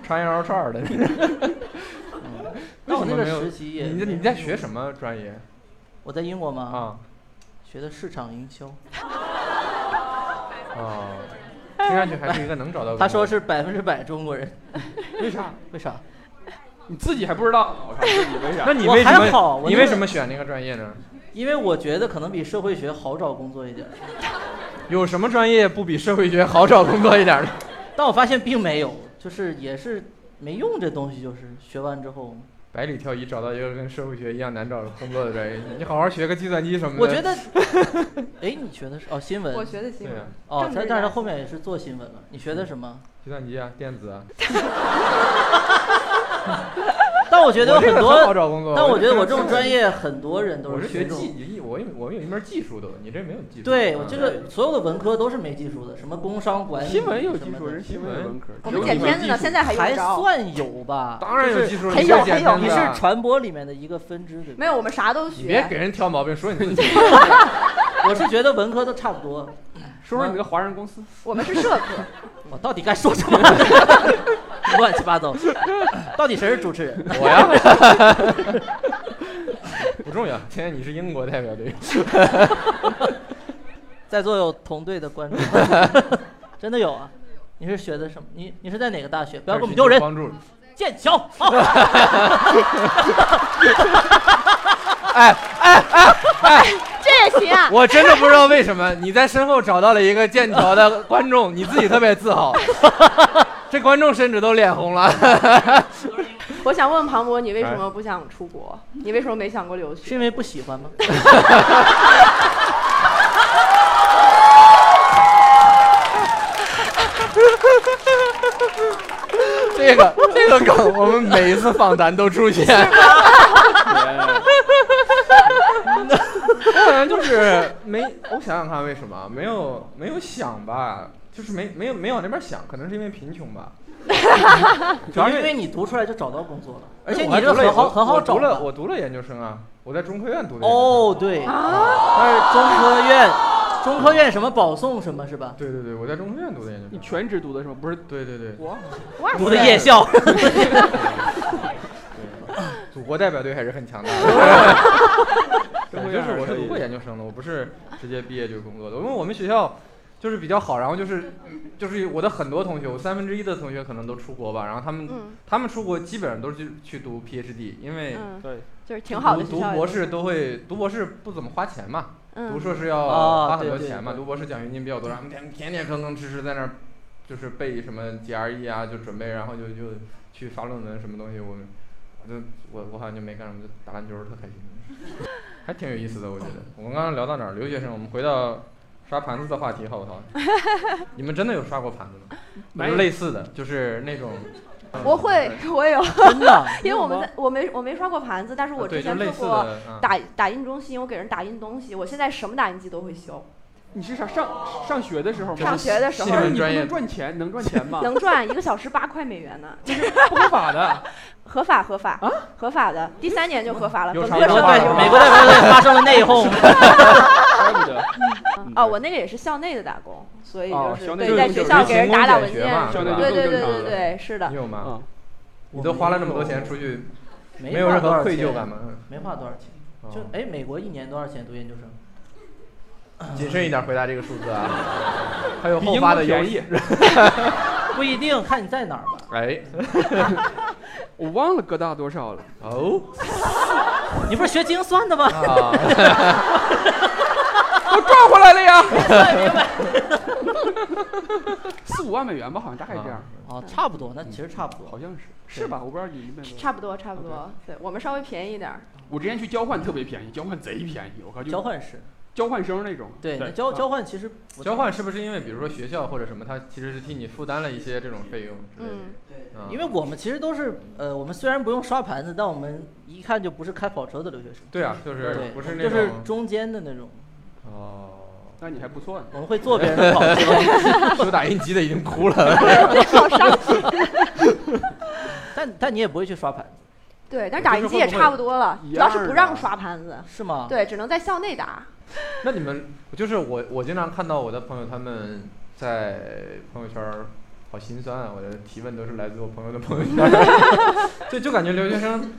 [SPEAKER 1] 穿羊肉串 儿的。为
[SPEAKER 2] 那
[SPEAKER 1] 什
[SPEAKER 2] 我
[SPEAKER 1] 么
[SPEAKER 2] 那
[SPEAKER 1] 没
[SPEAKER 2] 个
[SPEAKER 1] 有？
[SPEAKER 2] 实习也，
[SPEAKER 1] 你你在学什么专业
[SPEAKER 2] 我在英国嘛，
[SPEAKER 1] 啊？嗯
[SPEAKER 2] 学的市场营销。
[SPEAKER 1] 啊，听上去还是一个能找到工作。
[SPEAKER 2] 他说是百分之百中国人，
[SPEAKER 4] 为啥？
[SPEAKER 2] 为啥？
[SPEAKER 4] 你自己还不知道？我靠，自己为啥
[SPEAKER 1] 那？你
[SPEAKER 2] 我
[SPEAKER 1] 为什
[SPEAKER 2] 还好
[SPEAKER 1] 么
[SPEAKER 2] 我
[SPEAKER 1] 你
[SPEAKER 2] 那
[SPEAKER 1] 为
[SPEAKER 2] 个
[SPEAKER 1] 什么选那个专业呢？
[SPEAKER 2] 因为我觉得可能比社会学好找工作一点儿，
[SPEAKER 1] 有什么专业不比社会学好找工作一点儿的？
[SPEAKER 2] 但我发现并没有，就是也是没用，这东西就是学完之后，
[SPEAKER 1] 百里挑一，找到一个跟社会学一样难找的工作的专业，你好好学个计算机什么的。
[SPEAKER 2] 我觉 得，哎，你学的是哦新闻
[SPEAKER 3] 我，学的新
[SPEAKER 1] 对
[SPEAKER 3] 闻
[SPEAKER 1] 啊，，
[SPEAKER 2] 哦
[SPEAKER 3] 政，治
[SPEAKER 2] 但但是
[SPEAKER 3] 的
[SPEAKER 2] 他后面也是做新闻了。你学
[SPEAKER 1] 嗯
[SPEAKER 2] 的什么？
[SPEAKER 1] 计算机啊，电子啊，
[SPEAKER 2] 但我觉得有
[SPEAKER 1] 我这
[SPEAKER 2] 很
[SPEAKER 1] 个很好
[SPEAKER 2] 多，
[SPEAKER 1] 找工作。
[SPEAKER 2] 但我觉得我
[SPEAKER 1] 这
[SPEAKER 2] 这
[SPEAKER 1] 个
[SPEAKER 2] 种专业很多人都
[SPEAKER 1] 我是
[SPEAKER 2] 是
[SPEAKER 1] 学
[SPEAKER 2] 这
[SPEAKER 1] 技
[SPEAKER 2] 种。
[SPEAKER 1] 艺，我有我有一门技术的，你这没有技术。
[SPEAKER 2] 对我
[SPEAKER 1] 嗯
[SPEAKER 2] 这个所有的文科都是没技术的，什么工商管理，
[SPEAKER 4] 新闻有
[SPEAKER 2] 什
[SPEAKER 4] 技
[SPEAKER 2] 么
[SPEAKER 4] 术，
[SPEAKER 2] 的
[SPEAKER 4] 人新闻有文科，
[SPEAKER 3] 我
[SPEAKER 1] 有
[SPEAKER 3] 们剪
[SPEAKER 1] 你
[SPEAKER 3] 片
[SPEAKER 1] 们
[SPEAKER 3] 子
[SPEAKER 1] 技
[SPEAKER 3] 呢，
[SPEAKER 1] 术
[SPEAKER 3] 现在还用
[SPEAKER 2] 还
[SPEAKER 3] 得着？
[SPEAKER 2] 算有吧？
[SPEAKER 1] 当然有技术了，
[SPEAKER 3] 很
[SPEAKER 1] 你
[SPEAKER 3] 有
[SPEAKER 1] 别剪
[SPEAKER 3] 很有
[SPEAKER 1] 片子
[SPEAKER 2] 你是
[SPEAKER 1] 啊
[SPEAKER 2] 传播里面的一个分支，对吧？
[SPEAKER 3] 没有，我们啥都
[SPEAKER 1] 你别
[SPEAKER 3] 学
[SPEAKER 1] 给。人挑毛病，说你自己。
[SPEAKER 2] 我是觉得文科都差不 多。
[SPEAKER 4] 说说你这个华人公司，
[SPEAKER 3] 我们是社科，
[SPEAKER 2] 我到底该说 什么？乱七八糟，到底谁是主持人？
[SPEAKER 1] 我呀， 不重要。现在你是英国代表队，
[SPEAKER 2] 在座有同队的 观众，真的有啊？你是学的什么？你你是在哪个大学？不要给我们丢人！
[SPEAKER 1] 帮助。
[SPEAKER 2] 剑桥。 啊
[SPEAKER 3] 这也行啊！
[SPEAKER 1] 我真的不知道为什么你在身后找到了一个剑桥的观众，你自己特别自 豪。这观众甚至都脸红了。
[SPEAKER 3] 我想问庞博，你为什么不想出国？你为什么没想过留
[SPEAKER 2] 是
[SPEAKER 3] 学？
[SPEAKER 2] 因为不喜欢吗？
[SPEAKER 1] 这个这个梗，我们每一次访谈都出现。可能就是没，我想想看为什么没有没有想吧，就是没没有没往那边想，可能是因为贫穷 吧。主要
[SPEAKER 2] 因为
[SPEAKER 1] 是
[SPEAKER 2] 你读出来就找到工作了，而且
[SPEAKER 1] 我
[SPEAKER 2] 你
[SPEAKER 1] 还
[SPEAKER 2] 这个
[SPEAKER 1] 读了
[SPEAKER 2] 很好
[SPEAKER 1] 我
[SPEAKER 2] 很好
[SPEAKER 1] 我读
[SPEAKER 2] 找
[SPEAKER 1] 了
[SPEAKER 2] 的。
[SPEAKER 1] 我读了研究生啊，我在中科院读的。，
[SPEAKER 2] 哦，对，但是中科院，中科院什么保送什么是吧？
[SPEAKER 1] 对对对，我在中科院读的研究
[SPEAKER 4] 你
[SPEAKER 1] 生。
[SPEAKER 4] 全职读的什么？不是
[SPEAKER 1] 对对对，
[SPEAKER 4] 哇，
[SPEAKER 3] 哇塞
[SPEAKER 2] 读的夜校，
[SPEAKER 1] 祖国代表队还是很强大的。对，就是我是读过研究生的，我不是直接毕业就工作的，因为我们学校就是比较好，然后就是就是我的很多同学，我三分之一的同学可能都出国吧，然后他们、
[SPEAKER 3] 嗯
[SPEAKER 1] 他们出国基本上都是去去读 PhD，因为
[SPEAKER 3] 嗯，
[SPEAKER 4] 对，
[SPEAKER 3] 就是挺好的
[SPEAKER 1] 读
[SPEAKER 3] 学
[SPEAKER 1] 读
[SPEAKER 3] 校也
[SPEAKER 1] 博，士都会读博士不怎么花钱嘛，
[SPEAKER 3] 嗯
[SPEAKER 1] 读硕士要
[SPEAKER 2] 啊
[SPEAKER 1] 花很
[SPEAKER 2] 对
[SPEAKER 1] 多
[SPEAKER 2] 对
[SPEAKER 1] 钱嘛，
[SPEAKER 2] 对
[SPEAKER 1] 读博士奖学金比较多，然后他们天天天吭吭哧哧在那儿就是背什么 GRE 啊，就准备，然后就就去发论文什么东西，我们我就我我好像就没干什么，就打篮球特开心， 还挺有意思的，我觉得。我们刚刚聊到哪儿？留学生，我们回到刷盘子的话题好不好？ 你们真的有刷过盘子吗？
[SPEAKER 4] 没
[SPEAKER 1] 就是类似的，就是那种
[SPEAKER 3] 我会，我有，
[SPEAKER 2] 真的。
[SPEAKER 3] 因为我们在我没我没刷过盘子，但是我之
[SPEAKER 1] 呃啊对，就
[SPEAKER 3] 前
[SPEAKER 1] 类
[SPEAKER 3] 做
[SPEAKER 1] 似
[SPEAKER 3] 过
[SPEAKER 1] 的。嗯
[SPEAKER 3] 打打印中心，我给人打印东西，我现在什么打印机都会修，
[SPEAKER 4] 你是啥上上学的时候吗？
[SPEAKER 3] 上学的时
[SPEAKER 1] 新
[SPEAKER 4] 不
[SPEAKER 3] 候
[SPEAKER 1] 闻
[SPEAKER 4] 是你不
[SPEAKER 1] 专业
[SPEAKER 4] 能赚钱，能赚钱 吗？
[SPEAKER 3] 能赚一个小时八块美元呢，
[SPEAKER 4] 不合法的，
[SPEAKER 3] 合法合法合法的，第三年就合法了，
[SPEAKER 1] 有
[SPEAKER 3] 本
[SPEAKER 1] 啥
[SPEAKER 3] 科
[SPEAKER 1] 能
[SPEAKER 3] 生
[SPEAKER 1] 画
[SPEAKER 3] 的
[SPEAKER 1] 的吗
[SPEAKER 3] 就合
[SPEAKER 2] 美
[SPEAKER 3] 法
[SPEAKER 2] 国代表队发生了内讧，
[SPEAKER 4] 怪不得嗯
[SPEAKER 3] 哦，我那个也是校内的打工，所以
[SPEAKER 4] 哦
[SPEAKER 3] 就是
[SPEAKER 4] 校内
[SPEAKER 3] 对，
[SPEAKER 4] 的
[SPEAKER 3] 在
[SPEAKER 4] 就
[SPEAKER 3] 学
[SPEAKER 4] 是
[SPEAKER 3] 校
[SPEAKER 1] 人
[SPEAKER 3] 给人
[SPEAKER 1] 勤工
[SPEAKER 3] 打打
[SPEAKER 1] 俭
[SPEAKER 3] 文
[SPEAKER 1] 学
[SPEAKER 3] 件
[SPEAKER 1] 嘛
[SPEAKER 3] 什
[SPEAKER 4] 校
[SPEAKER 3] 么
[SPEAKER 4] 内
[SPEAKER 3] 的，
[SPEAKER 4] 就
[SPEAKER 3] 对对对
[SPEAKER 4] 更正常
[SPEAKER 3] 对
[SPEAKER 4] 了
[SPEAKER 3] 对，是的
[SPEAKER 1] 你。有吗？
[SPEAKER 4] 嗯，
[SPEAKER 1] 你都花了那么多钱出去，
[SPEAKER 2] 没
[SPEAKER 1] 没有
[SPEAKER 2] 花
[SPEAKER 1] 任
[SPEAKER 2] 多
[SPEAKER 1] 何
[SPEAKER 2] 少
[SPEAKER 1] 愧疚
[SPEAKER 2] 钱
[SPEAKER 1] 感吗？ 嗯
[SPEAKER 2] 没花多少钱，就
[SPEAKER 1] 哦
[SPEAKER 2] 哎，美国一年多少钱读研究生？
[SPEAKER 1] 谨慎一点回答这个数字啊，还有
[SPEAKER 4] 比
[SPEAKER 1] 后
[SPEAKER 4] 英
[SPEAKER 1] 发
[SPEAKER 4] 国
[SPEAKER 1] 的
[SPEAKER 4] 便
[SPEAKER 1] 原
[SPEAKER 4] 宜
[SPEAKER 1] 因。。
[SPEAKER 2] 不一定，看你在哪儿吧。
[SPEAKER 1] 哎，
[SPEAKER 4] 我忘了哥大多少了，
[SPEAKER 1] 哦，
[SPEAKER 2] 你不是学精算的吗？
[SPEAKER 1] 啊，
[SPEAKER 4] 我赚回来了呀！四五万美元吧，好像大概这样，
[SPEAKER 2] 哦，差不多，那其实差不
[SPEAKER 4] 好
[SPEAKER 2] 多。
[SPEAKER 4] 像是是吧？我不知道你们那边多少。
[SPEAKER 3] 差不多，差不多。对我们稍微便宜一点儿，
[SPEAKER 4] 我之前去交换特别便宜，交换贼便宜，我靠，就
[SPEAKER 2] 交换是，
[SPEAKER 4] 交换生那种。啊
[SPEAKER 2] 对，那交交换其实不
[SPEAKER 1] 啊交，换是不是因为比如说学校或者什么，它其实是替你负担了一些这种费用之类
[SPEAKER 3] 嗯
[SPEAKER 1] 的？，嗯
[SPEAKER 2] 因为我们其实都是呃，我们虽然不用刷盘子，但我们一看就不是开跑车的留学生，
[SPEAKER 1] 对啊，就是
[SPEAKER 2] 对，
[SPEAKER 1] 不是那
[SPEAKER 2] 就是
[SPEAKER 1] 种
[SPEAKER 2] 中间的那种。
[SPEAKER 1] 哦，
[SPEAKER 4] 那你还不错呢。
[SPEAKER 2] 我们会做别人的好 节目
[SPEAKER 1] 手打印机的已经哭了。
[SPEAKER 3] 好伤心。
[SPEAKER 2] 但但你也不会去刷盘，
[SPEAKER 3] 对，但
[SPEAKER 4] 就是
[SPEAKER 3] 打印机也
[SPEAKER 4] 会不会
[SPEAKER 3] 差不多了，
[SPEAKER 4] 一啊
[SPEAKER 3] 主要是
[SPEAKER 4] 样
[SPEAKER 3] 不
[SPEAKER 4] 的
[SPEAKER 3] 让刷盘子，
[SPEAKER 2] 是吗？，
[SPEAKER 3] 对，只能在校内打。
[SPEAKER 1] 那你们就是我，我经常看到我的朋友他们在朋友圈儿，好心酸啊！我的提问都是来自我朋友的朋友圈儿， 就就感觉留学生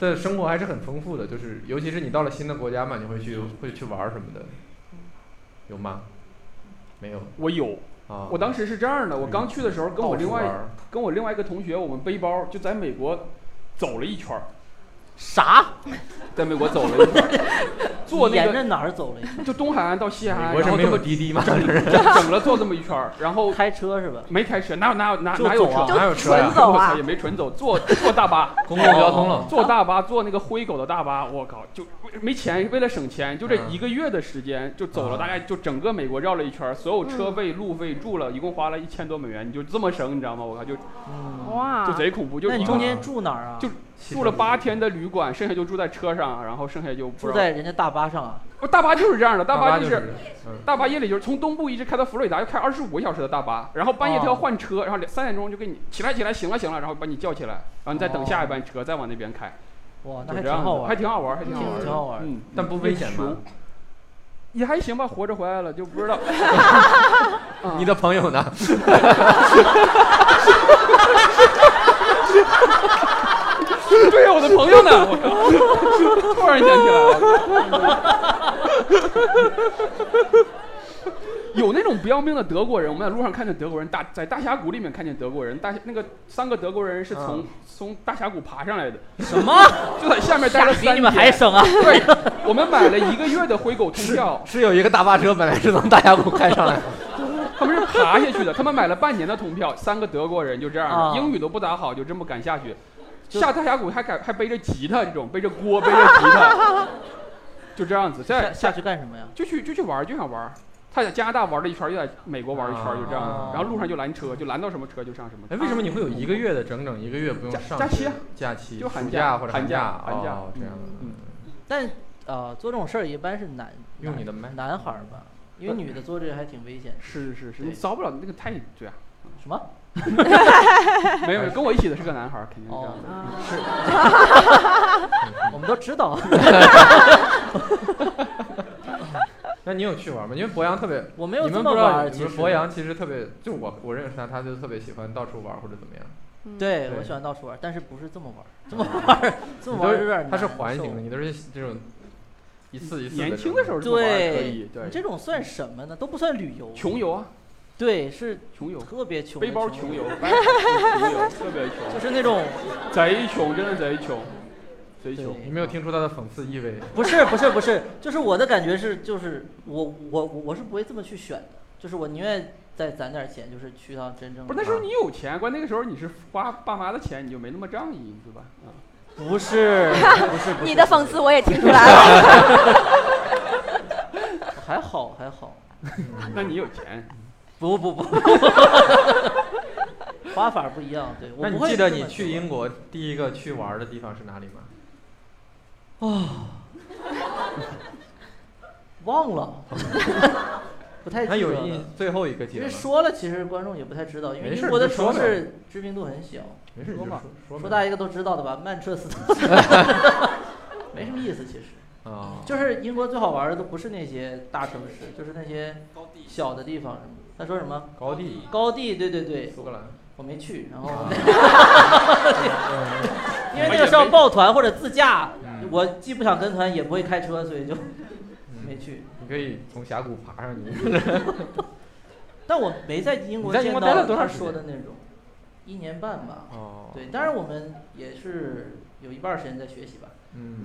[SPEAKER 1] 的生活还是很丰富的，就是尤其是你到了新的国家嘛，你会去会去玩儿什么的，有吗？没有
[SPEAKER 4] 我有，
[SPEAKER 1] 啊，
[SPEAKER 4] 我当时是这样的，我刚去的时候跟我
[SPEAKER 1] 到处
[SPEAKER 4] 另
[SPEAKER 1] 玩
[SPEAKER 4] 外
[SPEAKER 1] 儿
[SPEAKER 4] 跟我另外一个同学，我们背包就在美国走了一圈儿，
[SPEAKER 2] 啥？
[SPEAKER 4] 在美国走了一圈儿，坐那
[SPEAKER 2] 沿
[SPEAKER 4] 个
[SPEAKER 2] 着哪儿走了一圈？
[SPEAKER 4] 就东海岸到西海
[SPEAKER 1] 美
[SPEAKER 4] 岸，
[SPEAKER 1] 国
[SPEAKER 4] 然
[SPEAKER 1] 是
[SPEAKER 4] 后
[SPEAKER 1] 没
[SPEAKER 4] 这
[SPEAKER 1] 有
[SPEAKER 4] 么
[SPEAKER 1] 滴滴嘛，
[SPEAKER 4] 整了坐这么一圈儿，然后
[SPEAKER 2] 开车是吧？
[SPEAKER 4] 没开车，哪有哪有哪
[SPEAKER 2] 就
[SPEAKER 4] 哪有
[SPEAKER 2] 走啊
[SPEAKER 4] 车？
[SPEAKER 1] 哪有车
[SPEAKER 3] 纯
[SPEAKER 1] 呀、，
[SPEAKER 3] 走
[SPEAKER 4] 我
[SPEAKER 3] 啊
[SPEAKER 4] 操也！没纯走，坐坐大巴
[SPEAKER 1] 公共交通了
[SPEAKER 4] 坐大巴，坐那个灰狗的大巴，我靠，就没钱，为了省钱，就这
[SPEAKER 1] 嗯
[SPEAKER 4] 一个月的时间就走了，
[SPEAKER 1] 嗯
[SPEAKER 4] 大概就整个美国绕了一圈儿，所有车费、路费、住了，一共花了一千多美元，你就这么省，你知道吗？我靠，就就
[SPEAKER 2] 嗯，
[SPEAKER 3] 哇，
[SPEAKER 4] 贼恐怖，就
[SPEAKER 2] 那你
[SPEAKER 4] 一
[SPEAKER 2] 中
[SPEAKER 4] 共
[SPEAKER 2] 间住哪儿啊？
[SPEAKER 4] 就住了八天的旅馆，剩下就住在车上，然后剩下就不
[SPEAKER 2] 住
[SPEAKER 4] 知道
[SPEAKER 2] 在人家大巴上啊？
[SPEAKER 4] 不大巴就是这样的，
[SPEAKER 1] 大
[SPEAKER 4] 巴
[SPEAKER 1] 就
[SPEAKER 4] 就是。
[SPEAKER 1] 嗯，
[SPEAKER 4] 大巴夜里就是从东部一直开到佛罗里达，要开二十五个小时的大巴，然后半夜他要换车，然后两三点钟就给你起来起来，醒了醒了，然后把你叫起来，嗯然后你再等下一班车，再往那边开，
[SPEAKER 2] 哇，那还
[SPEAKER 4] 就这
[SPEAKER 2] 挺
[SPEAKER 4] 样
[SPEAKER 2] 好
[SPEAKER 4] 子，
[SPEAKER 2] 玩，
[SPEAKER 4] 还挺好啊玩，还挺
[SPEAKER 2] 挺
[SPEAKER 4] 好玩
[SPEAKER 2] 挺
[SPEAKER 4] 的，
[SPEAKER 2] 好玩。
[SPEAKER 4] 嗯，
[SPEAKER 1] 但不危险吗？
[SPEAKER 4] 也还行吧，活着回来了就不知道。嗯
[SPEAKER 1] 你的朋友呢？
[SPEAKER 4] 对呀，我的朋友呢？我靠突然想起来了。有那种不要命的德国人，我们在路上看见德国人，大在大峡谷里面看见德国人，大那个三个德国人是从、
[SPEAKER 1] 嗯
[SPEAKER 4] 从大峡谷爬上来的，
[SPEAKER 2] 什么？
[SPEAKER 4] 就在下面 待了
[SPEAKER 2] 比
[SPEAKER 4] 三
[SPEAKER 2] 你们还
[SPEAKER 4] 天。
[SPEAKER 2] 省啊？
[SPEAKER 4] 对，我们买了一个月的灰狗通票，
[SPEAKER 1] 是有一个大巴车本来是从大峡谷开上来的，
[SPEAKER 4] 他们是爬下去的，他们买了半年的通票，三个德国人就这样，
[SPEAKER 2] 啊
[SPEAKER 4] 英语都不咋好，就这么敢下去，
[SPEAKER 2] 就
[SPEAKER 4] 下大峡谷还敢还背着吉他这种，背着锅背着吉他， 就这样子，
[SPEAKER 2] 下
[SPEAKER 4] 在
[SPEAKER 2] 下去干什么呀？
[SPEAKER 4] 就去就去玩，就想玩。他在加拿大玩了一圈，又在美国玩一圈，就这样子
[SPEAKER 2] 啊。
[SPEAKER 4] 然后路上就拦车，就拦到什么车就上什么车
[SPEAKER 1] 哎，，为什么你会有
[SPEAKER 4] 啊
[SPEAKER 1] 一个月的整整一个月不
[SPEAKER 4] 假
[SPEAKER 1] 用上
[SPEAKER 4] 嗯假期啊
[SPEAKER 1] 假期
[SPEAKER 4] 就寒
[SPEAKER 1] 暑
[SPEAKER 4] 假
[SPEAKER 1] 假或者
[SPEAKER 4] 寒
[SPEAKER 1] 假
[SPEAKER 4] 假寒假
[SPEAKER 1] 哦这样的
[SPEAKER 4] 嗯
[SPEAKER 2] 但呃，做这种事儿一般是男
[SPEAKER 1] 用
[SPEAKER 2] 男
[SPEAKER 1] 你的麦
[SPEAKER 2] 男孩儿吧，因为女的做这个还挺危险。
[SPEAKER 4] 是是是，
[SPEAKER 2] 对
[SPEAKER 4] 你遭不了那个太对啊。
[SPEAKER 2] 什么？
[SPEAKER 4] 没有，没有跟我一起的是个男孩，肯定是这样的。
[SPEAKER 3] 啊
[SPEAKER 4] 嗯
[SPEAKER 2] 我们都知 道，
[SPEAKER 1] 那你有去玩吗？因为博洋特别，
[SPEAKER 2] 我没有
[SPEAKER 1] 你
[SPEAKER 2] 这
[SPEAKER 1] 们
[SPEAKER 2] 么
[SPEAKER 1] 不知
[SPEAKER 2] 玩
[SPEAKER 1] 道，
[SPEAKER 2] 儿。
[SPEAKER 1] 你
[SPEAKER 2] 其实
[SPEAKER 1] 们博洋其实特别，就我我认识他，他就特别喜欢到处玩或者怎么样。
[SPEAKER 2] 对
[SPEAKER 1] 对
[SPEAKER 2] 我喜欢到处玩儿，但是不是这么玩儿，这么玩儿，这么玩儿有点儿
[SPEAKER 1] 你都是他是
[SPEAKER 2] 难
[SPEAKER 1] 环
[SPEAKER 2] 受
[SPEAKER 1] 形的，你都是这种一次一次
[SPEAKER 4] 年
[SPEAKER 1] 这种
[SPEAKER 4] 轻的时候这么玩可
[SPEAKER 2] 对，，
[SPEAKER 4] 以对
[SPEAKER 2] 你，这种算什么呢？都不算旅游，
[SPEAKER 4] 穷游啊，
[SPEAKER 2] 对，是
[SPEAKER 4] 穷游，
[SPEAKER 2] 特别穷的
[SPEAKER 4] 背包
[SPEAKER 2] 穷
[SPEAKER 4] 穷游，白白穷游，特别穷。
[SPEAKER 2] 就是那种
[SPEAKER 4] 贼穷，真的贼穷，贼穷。
[SPEAKER 1] 你
[SPEAKER 2] 对，
[SPEAKER 1] 没有听出他的讽刺意味？
[SPEAKER 2] 不是不是不是，就是我的感觉是，就是我我我我是不会这么去选的，就是我宁愿再攒点儿钱，就是去趟真正
[SPEAKER 4] 不是那时候你有钱，关键那个时候你是花爸妈的钱，你就没那么仗义，对吧？啊，
[SPEAKER 2] 不是不是不是
[SPEAKER 3] 你的讽刺我也听出来 了。
[SPEAKER 2] 还好还好，
[SPEAKER 4] 那你有钱，
[SPEAKER 2] 不不不， 花法不一样，对，我
[SPEAKER 1] 那
[SPEAKER 2] 不
[SPEAKER 1] 你
[SPEAKER 2] 会
[SPEAKER 1] 记得
[SPEAKER 2] 这
[SPEAKER 1] 你
[SPEAKER 2] 么
[SPEAKER 1] 去
[SPEAKER 2] 做
[SPEAKER 1] 英国第一个去玩的地方是哪里吗？
[SPEAKER 2] 忘了， 不太记
[SPEAKER 1] 他
[SPEAKER 2] 得
[SPEAKER 1] 有
[SPEAKER 2] 了
[SPEAKER 1] 印。最后一个记
[SPEAKER 2] 其
[SPEAKER 1] 得
[SPEAKER 2] 实
[SPEAKER 1] 吗？
[SPEAKER 2] 说了，其实观众也不太知道，因
[SPEAKER 1] 没
[SPEAKER 2] 为
[SPEAKER 1] 事
[SPEAKER 2] 英国的
[SPEAKER 1] 你就说
[SPEAKER 2] 城市知名度很小。
[SPEAKER 1] 没事，你
[SPEAKER 2] 说
[SPEAKER 1] 就
[SPEAKER 2] 嘛
[SPEAKER 1] 说，说
[SPEAKER 2] 说
[SPEAKER 1] 说
[SPEAKER 2] 大家应该都知道的 吧？曼彻斯特，没什么意思，其实
[SPEAKER 1] 啊，
[SPEAKER 2] 就是英国最好玩的都不是那些大城市，就是那些小的地方什么的。他说什么？
[SPEAKER 1] 高地
[SPEAKER 2] 高地，对对对，
[SPEAKER 1] 苏格兰。
[SPEAKER 2] 我没去，然后
[SPEAKER 1] 啊
[SPEAKER 2] 因为那个是要抱团或者自驾
[SPEAKER 1] 嗯，
[SPEAKER 2] 我既不想跟团，也不会开车，所以就
[SPEAKER 1] 嗯
[SPEAKER 2] 没去。
[SPEAKER 1] 你可以从峡谷爬上去。
[SPEAKER 2] 但我没在英国
[SPEAKER 1] 你在英
[SPEAKER 2] 见
[SPEAKER 1] 国
[SPEAKER 2] 到
[SPEAKER 1] 待了多长
[SPEAKER 2] 他
[SPEAKER 1] 时
[SPEAKER 2] 说
[SPEAKER 1] 间
[SPEAKER 2] 的那种，一年半吧。
[SPEAKER 1] 哦，
[SPEAKER 2] 对，当然我们也是有一半儿时间在学习吧，
[SPEAKER 1] 嗯，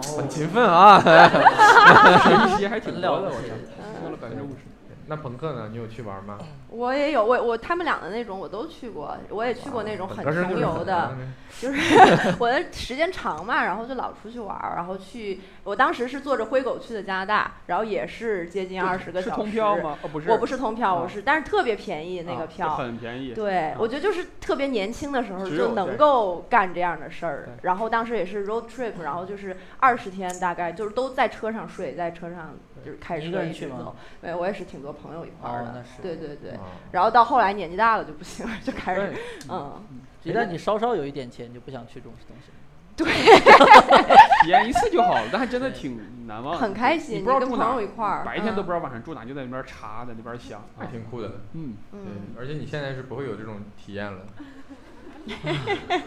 [SPEAKER 2] 后
[SPEAKER 1] 很勤 奋啊。
[SPEAKER 4] 学习还挺
[SPEAKER 2] 很
[SPEAKER 4] 多
[SPEAKER 2] 了
[SPEAKER 4] 的，
[SPEAKER 2] 不
[SPEAKER 4] 我
[SPEAKER 2] 起
[SPEAKER 4] 操，多了百分之五十。
[SPEAKER 1] 那朋克呢？你有去玩吗？
[SPEAKER 3] 我也有，我我他们俩的那种我都去过，我也去过那种很
[SPEAKER 1] 啊本科生就
[SPEAKER 3] 穷
[SPEAKER 1] 是
[SPEAKER 3] 游
[SPEAKER 1] 很
[SPEAKER 3] 的
[SPEAKER 1] 难，的。
[SPEAKER 3] 就是 我的时间长嘛，然后就老出去玩儿，然后去，我当时是坐着灰狗去的加拿大，然后也是接近二十个
[SPEAKER 4] 是
[SPEAKER 3] 小时。
[SPEAKER 4] 通票？吗？哦，不是，
[SPEAKER 3] 我不是通票，
[SPEAKER 4] 啊
[SPEAKER 3] 我是，但是特别便宜那
[SPEAKER 4] 啊
[SPEAKER 3] 个票。
[SPEAKER 4] 就很便宜。
[SPEAKER 3] 对，我觉得就是特别年轻的时候
[SPEAKER 4] 啊只有
[SPEAKER 3] 就能够干这样的事儿
[SPEAKER 4] 对。
[SPEAKER 3] 然后当时也是 road trip，然后就是二十天大概，就是都在车上睡，在车上就是开
[SPEAKER 2] 你一
[SPEAKER 3] 车
[SPEAKER 2] 个人
[SPEAKER 3] 一直
[SPEAKER 2] 去吗
[SPEAKER 3] 走。对，我也是挺多朋友一块儿
[SPEAKER 2] 哦那
[SPEAKER 3] 的
[SPEAKER 2] 是。
[SPEAKER 3] 对对对。
[SPEAKER 1] 啊
[SPEAKER 3] 然后到后来年纪大了就不行了，就开始
[SPEAKER 4] 对
[SPEAKER 3] 嗯，
[SPEAKER 2] 一旦你稍稍有一点钱，你就不想去这种东西了。
[SPEAKER 4] 体验一次就好了，但还真的挺难忘的。
[SPEAKER 3] 很开
[SPEAKER 4] 哦你
[SPEAKER 3] 心，
[SPEAKER 4] 不知道
[SPEAKER 3] 跟
[SPEAKER 4] 住
[SPEAKER 3] 朋
[SPEAKER 4] 哪儿
[SPEAKER 3] 友一块儿，嗯
[SPEAKER 4] 白天都不
[SPEAKER 3] 道。
[SPEAKER 4] 知道晚上住哪，就在那边查，在那边想。
[SPEAKER 1] 还挺酷的。
[SPEAKER 4] 嗯，
[SPEAKER 1] 对
[SPEAKER 3] 嗯，，
[SPEAKER 1] 而且你现在是不会有这种体验 了。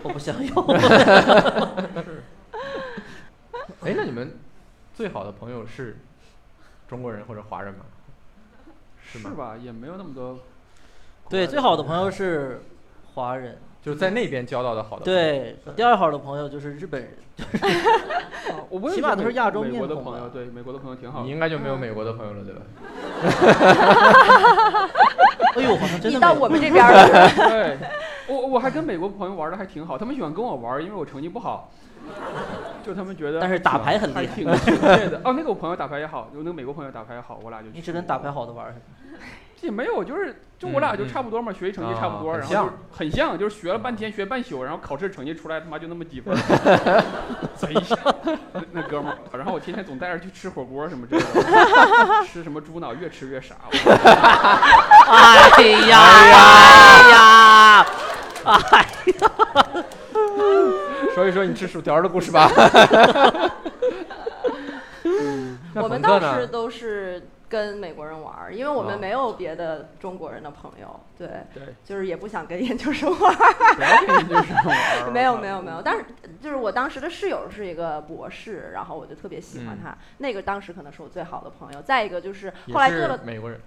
[SPEAKER 2] 我不想要。
[SPEAKER 1] 哎，那你们最好的朋友是中国人或者华人吗？ 是
[SPEAKER 4] 是
[SPEAKER 1] 吗？
[SPEAKER 4] 吧？也没有那么多。
[SPEAKER 2] 对，最好的朋友是华人，
[SPEAKER 1] 就是在那边交到的好的。，
[SPEAKER 2] 对，第二好的朋友就是日本人。
[SPEAKER 4] 啊我问
[SPEAKER 2] 起码都是亚洲
[SPEAKER 4] 美国的
[SPEAKER 2] 面孔
[SPEAKER 4] 朋友，
[SPEAKER 2] 吧
[SPEAKER 4] 对美国的朋友挺好
[SPEAKER 1] 你
[SPEAKER 4] 的。
[SPEAKER 1] 应该就没有美国的朋友了，对吧？
[SPEAKER 2] 哎呦，好像真
[SPEAKER 3] 你
[SPEAKER 2] 的
[SPEAKER 3] 到
[SPEAKER 2] 没
[SPEAKER 3] 我们这边儿 了，
[SPEAKER 4] 对，我我还跟美国朋友玩的还挺好，他们喜欢跟我玩，因为我成绩不好，就他们觉得
[SPEAKER 2] 但是打牌很
[SPEAKER 4] 还
[SPEAKER 2] 厉
[SPEAKER 4] 挺
[SPEAKER 2] 害，
[SPEAKER 4] 亲切的。哦，那个我朋友打牌也好，有那个美国朋友打牌也好，我俩就
[SPEAKER 2] 你
[SPEAKER 4] 去
[SPEAKER 2] 只跟打牌好的玩儿。
[SPEAKER 4] 也没有，就是就我俩就差不多嘛，学习成绩差不多，
[SPEAKER 1] 嗯啊
[SPEAKER 4] 然后
[SPEAKER 1] 很像
[SPEAKER 4] 就是很像，就是学了半天学半宿，然后考试成绩出来他妈就那么 几分，贼像那那哥们儿。然后我天天总带着去吃火锅什么之类的，吃什么猪脑越吃越傻。我
[SPEAKER 2] 哎呀哎呀！哎，
[SPEAKER 1] 说一说你吃薯条的故事吧。那
[SPEAKER 3] 我
[SPEAKER 1] 冯
[SPEAKER 3] 们
[SPEAKER 1] 哥
[SPEAKER 3] 当时
[SPEAKER 1] 呢？
[SPEAKER 3] 都是跟美国人玩儿，因为我
[SPEAKER 1] 哦
[SPEAKER 3] 们没有别的中国人的朋友，对，
[SPEAKER 4] 对，
[SPEAKER 3] 就是也不想跟研究生玩儿，
[SPEAKER 4] 不要跟人家这样玩 儿。
[SPEAKER 3] 没有没有没有，但是就是我当时的室友是一个博士，然后我就特别喜欢
[SPEAKER 1] 嗯
[SPEAKER 3] 他，那个当时可能是我最好的朋友。再一个就是
[SPEAKER 1] 也
[SPEAKER 3] 后来做
[SPEAKER 1] 是
[SPEAKER 3] 了。
[SPEAKER 1] 美国人。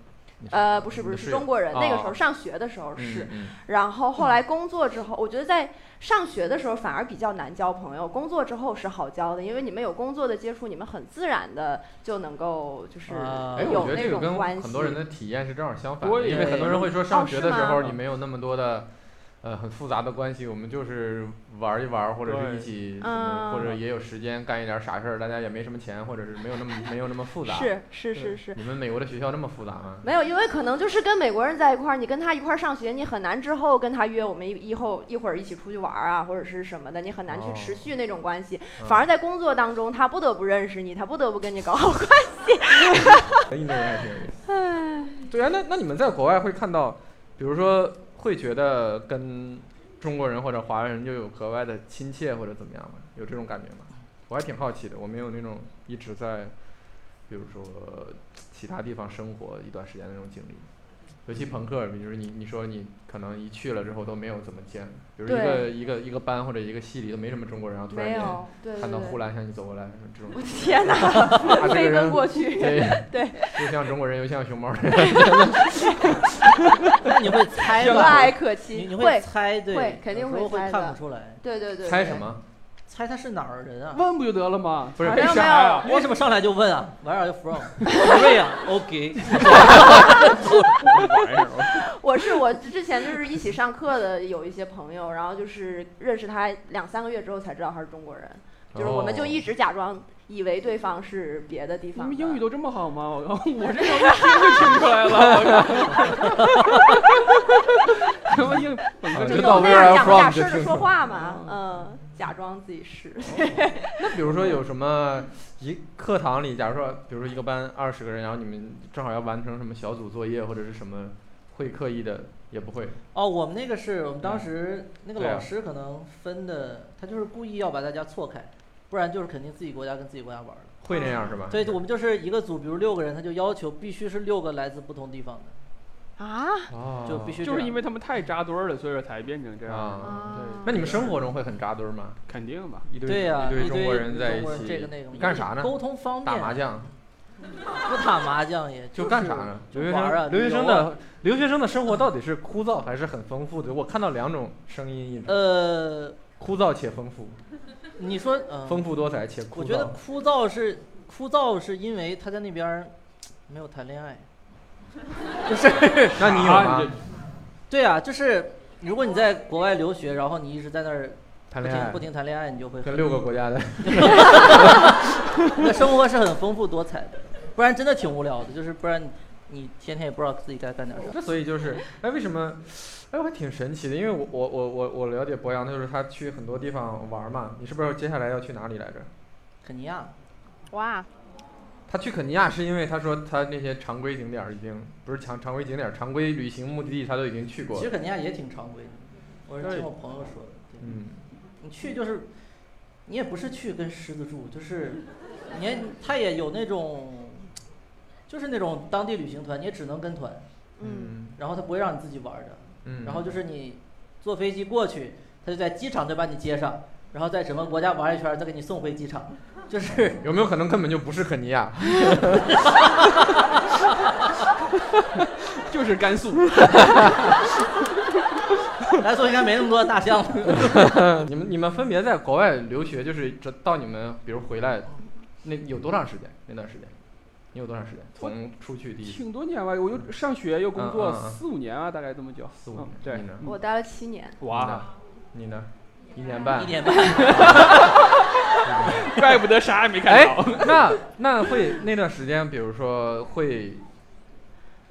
[SPEAKER 3] 呃，不是不
[SPEAKER 1] 你
[SPEAKER 3] 是，
[SPEAKER 1] 的
[SPEAKER 3] 是
[SPEAKER 1] 室友
[SPEAKER 3] 中国人。那个时
[SPEAKER 1] 哦
[SPEAKER 3] 候上学的时候是，
[SPEAKER 1] 嗯，嗯
[SPEAKER 3] 然后后来工作之后，我觉得在上学的时候反而比较难交朋友，工作之后是好交的，因为你们有工作的接触，你们很自然的就能够就是
[SPEAKER 2] 啊
[SPEAKER 1] 哎，
[SPEAKER 2] 有
[SPEAKER 1] 我觉得
[SPEAKER 3] 有
[SPEAKER 1] 这
[SPEAKER 3] 那
[SPEAKER 1] 个
[SPEAKER 3] 种
[SPEAKER 1] 跟
[SPEAKER 3] 关系。
[SPEAKER 1] 很多人的体验是正好相反的，
[SPEAKER 4] 对
[SPEAKER 1] 因为很多人会说上学的时候
[SPEAKER 3] 哦是
[SPEAKER 1] 你
[SPEAKER 2] 吗
[SPEAKER 1] 没有那么多的，呃，很复杂的关系，我们就是玩一玩，或者是
[SPEAKER 4] 对
[SPEAKER 1] 一起，什么，
[SPEAKER 3] 嗯
[SPEAKER 1] 或者也有时间干一点啥事儿，大家也没什么钱，或者是没有那么没有那么复杂。
[SPEAKER 3] 是是是是，
[SPEAKER 1] 你们美国的学校那么复杂吗？
[SPEAKER 3] 没有，因为可能就是跟美国人在一块儿，你跟他一块儿上学，你很难之后跟他约我们一以后一会儿一起出去玩儿啊，或者是什么的，你很难去
[SPEAKER 1] 哦
[SPEAKER 3] 持续那种关系。
[SPEAKER 1] 嗯
[SPEAKER 3] 反而在工作当中，他不得不认识你，他不得不跟你搞好关系。
[SPEAKER 1] 印度人还挺有意思。对啊，那那你们在国外会看到，比如说会觉得跟中国人或者华人就有格外的亲切或者怎么样吗？有这种感觉吗？我还挺好奇的，我没有那种一直在，比如说其他地方生活一段时间的那种经历。尤其朋克，比如你你说你可能一去了之后都没有怎么见，比如一个
[SPEAKER 3] 对
[SPEAKER 1] 一个一个班或者一个系里都没什么中国人，然后突然
[SPEAKER 3] 没
[SPEAKER 1] 间
[SPEAKER 3] 有，对对
[SPEAKER 1] 看到呼
[SPEAKER 3] 对。
[SPEAKER 1] 兰向你走过来，这种
[SPEAKER 3] 我天哪
[SPEAKER 1] 这，个
[SPEAKER 3] 飞
[SPEAKER 1] 人
[SPEAKER 3] 奔过去。
[SPEAKER 1] 对
[SPEAKER 3] 对，哎
[SPEAKER 1] 又像中国人又像熊猫 人。
[SPEAKER 2] 那你会猜
[SPEAKER 3] 和
[SPEAKER 2] 吧
[SPEAKER 3] 蔼？可
[SPEAKER 2] 你
[SPEAKER 3] 亲，
[SPEAKER 2] 你
[SPEAKER 3] 会，
[SPEAKER 2] 猜对，
[SPEAKER 3] 会肯定
[SPEAKER 2] 有时候
[SPEAKER 3] 会
[SPEAKER 2] 会
[SPEAKER 3] 猜
[SPEAKER 2] 看
[SPEAKER 3] 的
[SPEAKER 2] 不出来，
[SPEAKER 3] 对对对，
[SPEAKER 1] 猜
[SPEAKER 3] 对
[SPEAKER 1] 什？么？
[SPEAKER 2] 猜他是哪儿人啊？
[SPEAKER 4] 问不就得了吗？
[SPEAKER 1] 不是
[SPEAKER 4] 为
[SPEAKER 3] 没
[SPEAKER 4] 啥
[SPEAKER 3] 有
[SPEAKER 4] 呀
[SPEAKER 3] 没？
[SPEAKER 2] 你为什么上来就问啊？Where are you from? Korea. OK.
[SPEAKER 4] 玩意儿，
[SPEAKER 3] 我是我之前就是一起上课的有一些朋友，然后就是认识他两三个月之后才知道他是中国人，就是我们
[SPEAKER 1] 哦
[SPEAKER 3] 就一直假装以为对方是别的地
[SPEAKER 4] 你
[SPEAKER 3] 方的。
[SPEAKER 4] 们英语都这么好吗？我 我这种一听就听出来了。我靠 什么英本科
[SPEAKER 1] 啊
[SPEAKER 4] 就
[SPEAKER 3] 就
[SPEAKER 1] 知
[SPEAKER 3] 用
[SPEAKER 1] 道
[SPEAKER 3] 那
[SPEAKER 1] where I'm
[SPEAKER 3] 样假
[SPEAKER 1] from
[SPEAKER 3] 模假
[SPEAKER 1] 就
[SPEAKER 3] 式的
[SPEAKER 1] 听
[SPEAKER 3] 说
[SPEAKER 1] 出
[SPEAKER 3] 话嘛，嗯，假装自己是。
[SPEAKER 1] 那比如说有什么
[SPEAKER 2] 嗯
[SPEAKER 1] 一课堂里，假如说，比如说一个班二十个人，然后你们正好要完成什么小组作业或者是什么，会刻意的也不会。
[SPEAKER 2] 哦，我们那个是我们当时那个
[SPEAKER 1] 对啊
[SPEAKER 2] 老师可能分的，他就是故意要把大家错开，不然就是肯定自己国家跟自己国家玩儿了。
[SPEAKER 1] 会那样是吧？
[SPEAKER 2] 所以我们就是一个组，比如六个人，他就要求必须是六个来自不同地方的，
[SPEAKER 3] 啊
[SPEAKER 1] 哦，
[SPEAKER 2] 就必须
[SPEAKER 4] 就是因
[SPEAKER 2] 为
[SPEAKER 4] 为他们太扎堆儿了，所以说才变成这样。
[SPEAKER 1] 啊。那
[SPEAKER 4] 对，
[SPEAKER 1] 你们生活中会很扎堆儿吗？
[SPEAKER 4] 肯定吧。
[SPEAKER 1] 一堆
[SPEAKER 2] 对呀、
[SPEAKER 1] 一堆
[SPEAKER 2] 一
[SPEAKER 1] 中国人在一
[SPEAKER 2] 中国
[SPEAKER 1] 起
[SPEAKER 2] 这个那个嘛
[SPEAKER 1] 干啥呢？
[SPEAKER 2] 沟通方便，
[SPEAKER 1] 打麻将
[SPEAKER 2] 不打麻将也
[SPEAKER 1] 就是干啥呢？
[SPEAKER 2] 就
[SPEAKER 1] 留学
[SPEAKER 2] 玩儿啊，
[SPEAKER 1] 生留学
[SPEAKER 2] 旅游
[SPEAKER 1] 生
[SPEAKER 2] 啊
[SPEAKER 1] 的留学生的生活到底是枯燥还是很丰富的？我看到两种声音一直，
[SPEAKER 2] 呃，
[SPEAKER 1] 枯燥且丰富，
[SPEAKER 2] 你说嗯、
[SPEAKER 1] 丰富多彩且枯燥。
[SPEAKER 2] 我觉得枯燥是枯燥是因为他在那边儿没有谈恋爱，就是
[SPEAKER 1] 那你有
[SPEAKER 4] 啊
[SPEAKER 1] 吗
[SPEAKER 4] 你？
[SPEAKER 2] 对啊，就是如果你在国外留学，然后你一直在那儿
[SPEAKER 1] 谈
[SPEAKER 2] 不
[SPEAKER 1] 恋爱
[SPEAKER 2] 停不停谈恋爱，你就会
[SPEAKER 1] 跟
[SPEAKER 2] 很
[SPEAKER 1] 六个国家的，
[SPEAKER 2] 你的生活是很丰富多彩的，不然真的挺无聊的，就是不然你你天天也不知道自己该干点啥。
[SPEAKER 1] 那所以就是，哎，为什么？哎，我还挺神奇的，因为我我我我我了解博洋，就是他去很多地方玩嘛。你是不是接下来要去哪里来着？
[SPEAKER 2] 肯尼亚，
[SPEAKER 3] 哇，
[SPEAKER 1] 他去肯尼亚是因为他说他那些常规景点儿已经不是常常规景点儿，常规旅行目的地他都已经去过
[SPEAKER 2] 其
[SPEAKER 1] 了
[SPEAKER 2] 实。肯尼亚也挺常规的，我是
[SPEAKER 1] 对
[SPEAKER 2] 听我朋友说的。对
[SPEAKER 1] 嗯，
[SPEAKER 2] 你去就是，你也不是去跟狮子住，就是，你也他也有那种，就是那种当地旅行团，你也只能跟团，
[SPEAKER 3] 嗯，
[SPEAKER 2] 然后他不会让你自己玩儿的。
[SPEAKER 1] 嗯，
[SPEAKER 2] 然后就是你坐飞机过去，他就在机场再把你接上，然后在什么国家玩一圈儿，再给你送回机场，就是
[SPEAKER 1] 嗯有没有可能根本就不是肯尼亚？
[SPEAKER 4] 就是甘 肃，
[SPEAKER 2] 来说应该没那么多大项目。
[SPEAKER 1] 嗯你们你们分别在国外留学，就是这到你们比如回来，那有多长时间？那段时间，你有多长时间？从出去第一
[SPEAKER 4] 挺多年吧，我又上学又工作
[SPEAKER 1] 嗯嗯嗯
[SPEAKER 4] 四五年啊，大概这么久。
[SPEAKER 1] 四五
[SPEAKER 4] 嗯
[SPEAKER 1] 年，
[SPEAKER 4] 对啊
[SPEAKER 1] 你，呢？
[SPEAKER 3] 我待了七年，
[SPEAKER 4] 哇，
[SPEAKER 1] 你呢？一年半。
[SPEAKER 2] 一点半，
[SPEAKER 4] 怪不得啥也没看
[SPEAKER 1] 哎
[SPEAKER 4] 到。，
[SPEAKER 1] 那那会那段时间，比如说会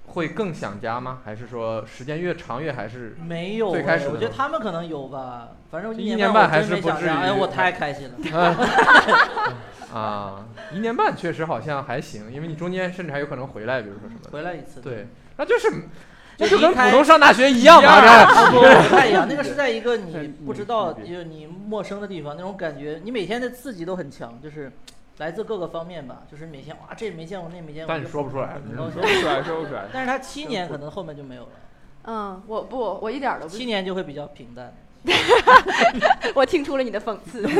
[SPEAKER 1] 会更想家吗？还是说时间越长越还 是
[SPEAKER 2] 没有、
[SPEAKER 1] 最开始
[SPEAKER 2] 哎我
[SPEAKER 1] 的
[SPEAKER 2] 觉得
[SPEAKER 1] 时
[SPEAKER 2] 他们可能有吧，反正
[SPEAKER 1] 就一
[SPEAKER 2] 一
[SPEAKER 1] 年
[SPEAKER 2] 年
[SPEAKER 1] 半
[SPEAKER 2] 我
[SPEAKER 1] 还
[SPEAKER 2] 真
[SPEAKER 1] 是
[SPEAKER 2] 没
[SPEAKER 1] 不
[SPEAKER 2] 想
[SPEAKER 1] 至
[SPEAKER 2] 着，哎，
[SPEAKER 1] 于
[SPEAKER 2] 我太开心了。
[SPEAKER 1] 啊？一年半确实好像还行，因为你中间甚至还有可能回来，比如说什么的。
[SPEAKER 2] 回来一次，
[SPEAKER 1] 对，那就是
[SPEAKER 2] 就
[SPEAKER 1] 那就跟
[SPEAKER 2] 离开
[SPEAKER 1] 普通上大学一样嘛，
[SPEAKER 4] 一样
[SPEAKER 1] 这
[SPEAKER 2] 不不太一样，那个是在一个你
[SPEAKER 4] 嗯
[SPEAKER 2] 不知道，
[SPEAKER 4] 嗯
[SPEAKER 2] 就是你陌生的地方，那种感觉，你每天的刺激都很强，就是来自各个方面吧，就是每天哇，这没见过，那没见过，
[SPEAKER 1] 但你说不出来
[SPEAKER 2] 这
[SPEAKER 1] 你
[SPEAKER 2] 很高
[SPEAKER 4] 说
[SPEAKER 2] 兴
[SPEAKER 4] 不出来，说不出来。
[SPEAKER 2] 但是他七年可能后面就没有了，
[SPEAKER 3] 嗯，我不，我一点儿都不
[SPEAKER 2] 七，年就会比较平淡。
[SPEAKER 3] 我听出了你的讽刺。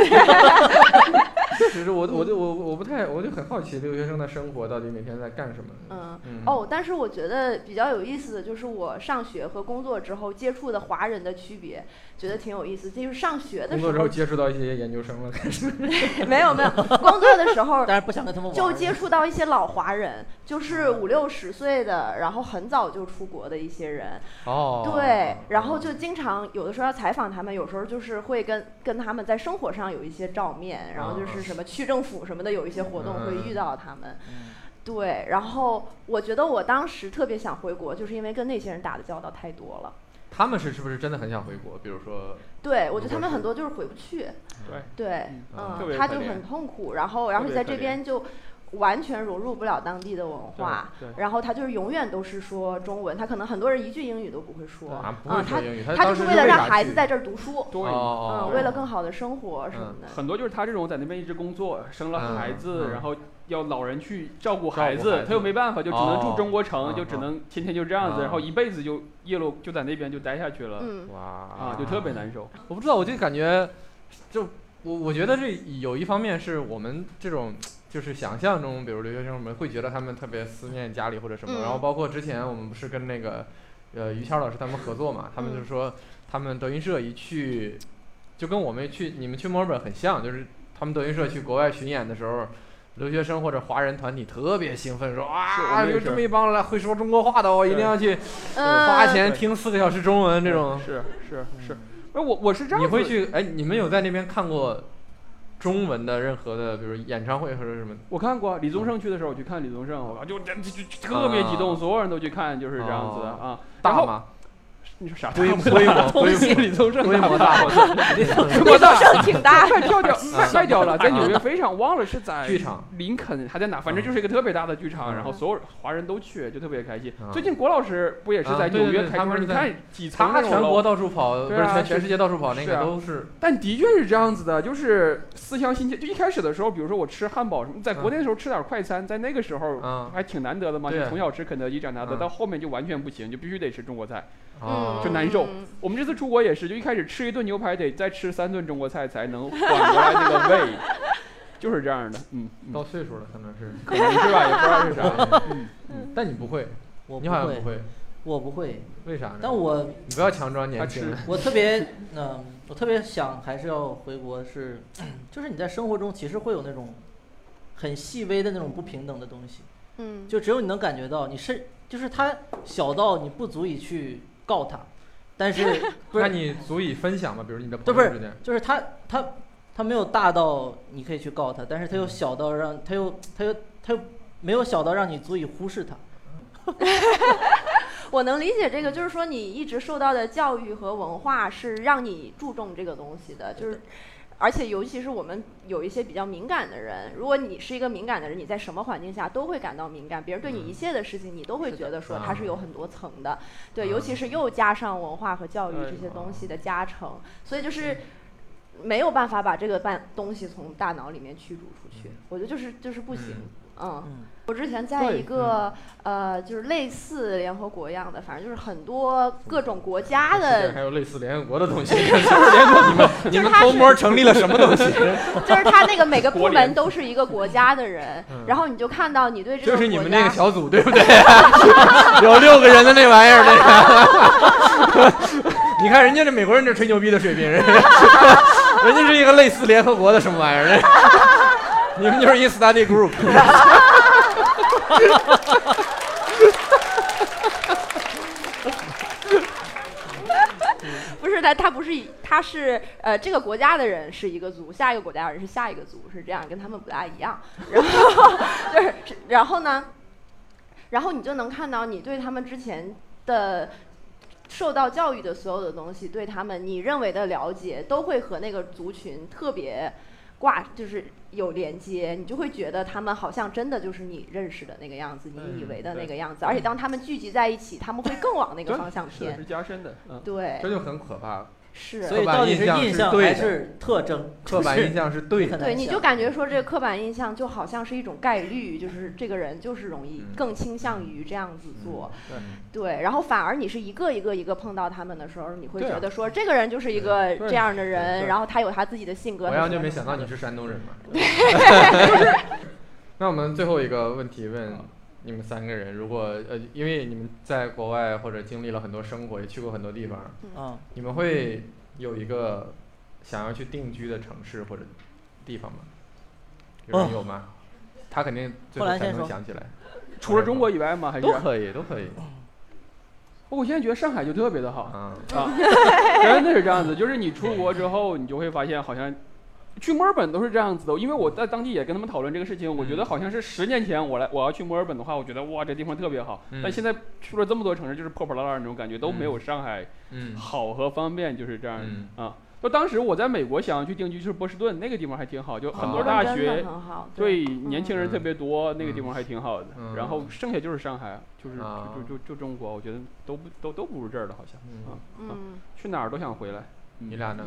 [SPEAKER 1] 确实是我我
[SPEAKER 3] 嗯
[SPEAKER 1] 就我我不太我就很好奇留学生的生活到底每天在干什么。
[SPEAKER 3] 嗯
[SPEAKER 1] 嗯，
[SPEAKER 3] 哦，但是我觉得比较有意思的就是我上学和工作之后接触的华人的区别，觉得挺有意思。就是上学的
[SPEAKER 1] 工
[SPEAKER 3] 时
[SPEAKER 1] 作之
[SPEAKER 3] 候
[SPEAKER 1] 后接触到一些研究生了，开 始
[SPEAKER 3] 没有没 有，工作的时候
[SPEAKER 2] 但是不想跟他们玩儿，
[SPEAKER 3] 就接触到一些老华人，就是五六十岁的，然后很早就出国的一些人，
[SPEAKER 1] 哦
[SPEAKER 3] 对，然后就经常有的时候要采访他们，有时候就是会跟跟他们在生活上有一些照面，然后就是什么区政府什么的有一些活动会遇到他们，
[SPEAKER 2] 嗯，
[SPEAKER 3] 对，然后我觉得我当时特别想回国，就是因为跟那些人打的交道太多了。
[SPEAKER 1] 他们是是不是真的很想回国？比如说，
[SPEAKER 3] 对，我
[SPEAKER 1] 如
[SPEAKER 3] 觉得他
[SPEAKER 1] 果
[SPEAKER 3] 们
[SPEAKER 1] 是
[SPEAKER 3] 很多就是回不去，
[SPEAKER 4] 对，
[SPEAKER 3] 对，
[SPEAKER 1] 嗯
[SPEAKER 4] 特
[SPEAKER 3] 嗯，
[SPEAKER 4] 别
[SPEAKER 3] 他
[SPEAKER 4] 可
[SPEAKER 3] 就
[SPEAKER 4] 怜
[SPEAKER 3] 很痛苦，然后然
[SPEAKER 4] 特
[SPEAKER 3] 后
[SPEAKER 4] 别
[SPEAKER 3] 在
[SPEAKER 4] 可
[SPEAKER 3] 这边就完全融入不了当地的文化
[SPEAKER 4] 对对，
[SPEAKER 3] 然后他就是永远都是说中文，他可能很多人一句英语都不会说，
[SPEAKER 1] 啊
[SPEAKER 3] 啊，
[SPEAKER 1] 不会说英语他
[SPEAKER 3] 他
[SPEAKER 1] 当
[SPEAKER 3] 就
[SPEAKER 1] 时
[SPEAKER 3] 是
[SPEAKER 1] 是
[SPEAKER 3] 为了
[SPEAKER 1] 为
[SPEAKER 3] 让
[SPEAKER 1] 啥
[SPEAKER 3] 孩
[SPEAKER 1] 去
[SPEAKER 3] 子在这儿读书，
[SPEAKER 4] 对，
[SPEAKER 1] 哦
[SPEAKER 3] 嗯，为了更好的生活什么的，
[SPEAKER 4] 很多就是他这种在那边一直工作，生了孩子，
[SPEAKER 1] 嗯嗯
[SPEAKER 4] 然后要老人去照
[SPEAKER 1] 照
[SPEAKER 4] 顾
[SPEAKER 1] 顾
[SPEAKER 4] 孩子，
[SPEAKER 1] 孩子
[SPEAKER 4] 他又没办法，就只能住中国城，
[SPEAKER 1] 哦
[SPEAKER 4] 就只能天天就这样子，
[SPEAKER 1] 嗯
[SPEAKER 4] 然后一辈子就夜落就在那边就待下去了，
[SPEAKER 3] 嗯，
[SPEAKER 1] 哇
[SPEAKER 4] 啊，就特别难受。
[SPEAKER 1] 我不知道，我就感觉，就我我觉得这有一方面是我们这种就是想象中，比如留学生，我们会觉得他们特别思念家里或者什么。
[SPEAKER 3] 嗯
[SPEAKER 1] 然后包括之前我们不是跟那个呃于谦老师他们合作嘛，他们就是
[SPEAKER 4] 嗯
[SPEAKER 1] 说他们德云社一去，就跟我们去你们去墨尔本很像，就是他们德云社去国外巡演的时候。留学生或者华人团体特别兴奋，说
[SPEAKER 4] 是我
[SPEAKER 1] 啊，
[SPEAKER 4] 们也
[SPEAKER 1] 有
[SPEAKER 4] 是
[SPEAKER 1] 这么一帮来会说中国话的，我一定要去
[SPEAKER 3] 嗯
[SPEAKER 1] 花钱
[SPEAKER 4] 对
[SPEAKER 1] 听四个小时中文这种。嗯
[SPEAKER 4] 是是是，那我我是这样
[SPEAKER 1] 你
[SPEAKER 4] 子，
[SPEAKER 1] 会去哎？你们有在那边看过中文的任何的，比如演唱会或者什么？
[SPEAKER 4] 我看过李宗盛去的时候，我去看李宗盛，我就就就就特别激动，
[SPEAKER 1] 嗯啊
[SPEAKER 4] 所有人都去看，就是这样子
[SPEAKER 1] 哦
[SPEAKER 4] 啊。然
[SPEAKER 1] 大
[SPEAKER 4] 后
[SPEAKER 1] 吗？
[SPEAKER 4] 你说啥
[SPEAKER 1] 规
[SPEAKER 4] 大不
[SPEAKER 1] 规模
[SPEAKER 4] 大
[SPEAKER 1] 规模
[SPEAKER 4] 李宗盛
[SPEAKER 1] 规模
[SPEAKER 4] 大
[SPEAKER 1] 大
[SPEAKER 4] 不，
[SPEAKER 3] 李宗 盛挺大
[SPEAKER 4] 快跳掉卖
[SPEAKER 1] 嗯
[SPEAKER 4] 卖掉了，在纽约非常忘了是在
[SPEAKER 1] 剧场
[SPEAKER 4] 林肯还在哪，反正就是一个特别大的剧场，
[SPEAKER 1] 嗯
[SPEAKER 4] 然后所有华人都去，就特别开心
[SPEAKER 1] 嗯。
[SPEAKER 4] 最近郭老师不也是
[SPEAKER 1] 嗯对
[SPEAKER 4] 在
[SPEAKER 1] 对
[SPEAKER 4] 纽约
[SPEAKER 1] 对
[SPEAKER 4] 开
[SPEAKER 1] 他们
[SPEAKER 4] 专
[SPEAKER 1] 是
[SPEAKER 4] 你
[SPEAKER 1] 在
[SPEAKER 4] 看几层
[SPEAKER 1] 他
[SPEAKER 4] 那种
[SPEAKER 1] 全
[SPEAKER 4] 楼
[SPEAKER 1] 国到处跑，不
[SPEAKER 4] 对
[SPEAKER 1] 是
[SPEAKER 4] 啊
[SPEAKER 1] 全
[SPEAKER 4] 是
[SPEAKER 1] 全世界到处跑，那
[SPEAKER 4] 是
[SPEAKER 1] 个
[SPEAKER 4] 啊
[SPEAKER 1] 都是
[SPEAKER 4] 但的确是这样子的，就是思乡心切。就一开始的时候，比如说我吃汉堡什么，在国内的时候吃点快餐，在那个时候
[SPEAKER 1] 嗯
[SPEAKER 4] 还挺难得的嘛，
[SPEAKER 1] 对
[SPEAKER 4] 就从小吃肯德基长大的，
[SPEAKER 1] 嗯
[SPEAKER 4] 到后面就完全不行，就必须得吃中国菜。
[SPEAKER 1] 哦
[SPEAKER 4] 就难受
[SPEAKER 3] 嗯
[SPEAKER 4] 我们这次出国也是，就一开始吃一顿牛排，得再吃三顿中国菜才能缓过来那个胃，就是这样的。嗯，嗯
[SPEAKER 1] 到岁数了，可能是。
[SPEAKER 4] 可能是吧，也不知道 是啥。 嗯
[SPEAKER 1] 对但你不会，
[SPEAKER 2] 我
[SPEAKER 1] 你
[SPEAKER 2] 不
[SPEAKER 1] 好像不
[SPEAKER 2] 会，
[SPEAKER 1] 会，
[SPEAKER 2] 我不会，
[SPEAKER 1] 为啥呢？
[SPEAKER 2] 但我
[SPEAKER 1] 你不要强装年轻
[SPEAKER 4] 他。
[SPEAKER 2] 我特别，嗯、我特别想还是要回国是， 就是你在生活中其实会有那种很细微的那种不平等的东西，
[SPEAKER 3] 嗯，
[SPEAKER 2] 就只有你能感觉到，你是就是它小到你不足以去告它，但是不
[SPEAKER 1] 那
[SPEAKER 2] 是
[SPEAKER 1] 你足以分享吗？比如你的
[SPEAKER 2] 对
[SPEAKER 1] 朋
[SPEAKER 2] 不
[SPEAKER 1] 友之
[SPEAKER 2] 是
[SPEAKER 1] 间，
[SPEAKER 2] 就是它它它没有大到你可以去告它，但是它
[SPEAKER 1] 嗯
[SPEAKER 2] 又小到让它又它又它又没有小到让你足以忽视它。
[SPEAKER 3] 我能理解这个，就是说你一直受到的教育和文化是让你注重这个东西的，就是。而且尤其是我们有一些比较敏感的人，如果你是一个敏感的人，你在什么环境下都会感到敏感，别人对你一切的嗯事情，你都会觉得说它嗯是有很多层的，对，尤其是又加上文化和教育这些东西的加成，所以就是。没有办法把这个办东西从大脑里面驱逐出去，我觉得就是就是不行，嗯
[SPEAKER 2] 嗯，
[SPEAKER 3] 我之前在
[SPEAKER 4] 对
[SPEAKER 3] 一个
[SPEAKER 1] 嗯
[SPEAKER 3] 呃，就是类似联合国一样的，反正就是很多各种国 家
[SPEAKER 1] 世界
[SPEAKER 3] 的，
[SPEAKER 1] 还有类似联合国的 东西， 就是联合国你们你们偷摸成立了什么东西？
[SPEAKER 3] 就是他那个每个
[SPEAKER 4] 国
[SPEAKER 3] 部
[SPEAKER 4] 联
[SPEAKER 3] 门都是一个国家 的人，然后你就看到你 对这
[SPEAKER 1] 嗯
[SPEAKER 3] 个
[SPEAKER 1] 就是你
[SPEAKER 3] 国
[SPEAKER 1] 们
[SPEAKER 3] 家
[SPEAKER 1] 那个小组对不对？ 有六个人的那玩意儿，那个， 你看人家这美国人这吹牛逼的水平，人家人家是一个类似联合国的什么玩意儿， 你们就是一 study group。
[SPEAKER 3] 不是他，他不是以他是呃，这个国家的人是一个族，下一个国家的人是下一个族，是这样，跟他们不大一样。然后就是，然后呢， 然后你就能看到你对他们之前的。受到教育的所有的东西，对他们你认为的了解，都会和那个族群特别挂，就是有连接，你就会觉得他们好像真的就是你认识的那个样子，你以为的那个样子。而且当他们聚集在一起，他们会更往那个
[SPEAKER 4] 对
[SPEAKER 3] 方向
[SPEAKER 4] 是
[SPEAKER 3] 偏。
[SPEAKER 4] 是加深的，嗯，
[SPEAKER 3] 对
[SPEAKER 1] 这，就很可怕，
[SPEAKER 3] 是。
[SPEAKER 2] 所以到底是印象
[SPEAKER 1] 刻板印象是对的
[SPEAKER 2] 还是特征？
[SPEAKER 1] 刻板印
[SPEAKER 2] 象
[SPEAKER 1] 象是对的。
[SPEAKER 3] 对，你就
[SPEAKER 4] 嗯
[SPEAKER 3] 感觉说这个刻板印象就好像是一种概率，就是这个人就是容易
[SPEAKER 1] 嗯
[SPEAKER 3] 更倾向于这样子 做，
[SPEAKER 4] 嗯
[SPEAKER 1] 对
[SPEAKER 3] 对，然后反而你是一个一个一个碰到他们的时候，你会
[SPEAKER 4] 对啊
[SPEAKER 3] 觉得说这个人就是一个
[SPEAKER 4] 对
[SPEAKER 3] 这样的人，
[SPEAKER 4] 对
[SPEAKER 3] 然后他有他自己的性格。
[SPEAKER 1] 我
[SPEAKER 3] 他
[SPEAKER 1] 要
[SPEAKER 3] 喜
[SPEAKER 1] 就
[SPEAKER 3] 欢
[SPEAKER 1] 没
[SPEAKER 3] 什
[SPEAKER 1] 想
[SPEAKER 3] 么
[SPEAKER 1] 到你是山东人嘛。 那我们最后一个问题
[SPEAKER 3] 嗯
[SPEAKER 1] 问你们三个人，如果呃，因为你们在国外或者经历了很多生活，也去过很多地方，
[SPEAKER 2] 啊，
[SPEAKER 1] 你们会有一个想要去定居的城市或者地方吗？有人有吗？他肯定最
[SPEAKER 2] 霍
[SPEAKER 1] 后
[SPEAKER 2] 兰
[SPEAKER 1] 才
[SPEAKER 2] 先
[SPEAKER 1] 能
[SPEAKER 2] 说
[SPEAKER 1] 想起来。
[SPEAKER 4] 除了中国以外吗？还是
[SPEAKER 1] 都？可以，都可以
[SPEAKER 4] 我现在觉得上海就特别的 好，
[SPEAKER 1] 啊。
[SPEAKER 4] 啊，真的是这样子。就是你出国之后，你就会发现好像。去墨尔本都是这样子的，因为我在当地也跟他们讨论这个事情，我觉得好像是十年前我来我要去墨尔本的话，我觉得哇这地方特别好，
[SPEAKER 1] 嗯
[SPEAKER 4] 但现在去了这么多城市，就是破破烂烂那种感觉，都没有上海
[SPEAKER 1] 嗯
[SPEAKER 4] 好和方便就是这样、
[SPEAKER 1] 嗯
[SPEAKER 4] 啊。就当时我在美国想要去定居，就是波士顿那个地方还挺好，就很
[SPEAKER 1] 哦
[SPEAKER 4] 多
[SPEAKER 3] 我
[SPEAKER 4] 大
[SPEAKER 3] 嗯真
[SPEAKER 4] 学
[SPEAKER 3] 的、很好，
[SPEAKER 4] 对年轻人
[SPEAKER 1] 嗯
[SPEAKER 4] 特别多，那个地方还挺好的。
[SPEAKER 1] 嗯
[SPEAKER 4] 然后剩下就是上海，就是、
[SPEAKER 1] 啊
[SPEAKER 4] 就就就就中国，我觉得都不都都不如这儿了，好像、
[SPEAKER 1] 嗯
[SPEAKER 4] 啊，
[SPEAKER 3] 嗯，
[SPEAKER 4] 去哪儿都想回来。嗯
[SPEAKER 1] 你俩呢？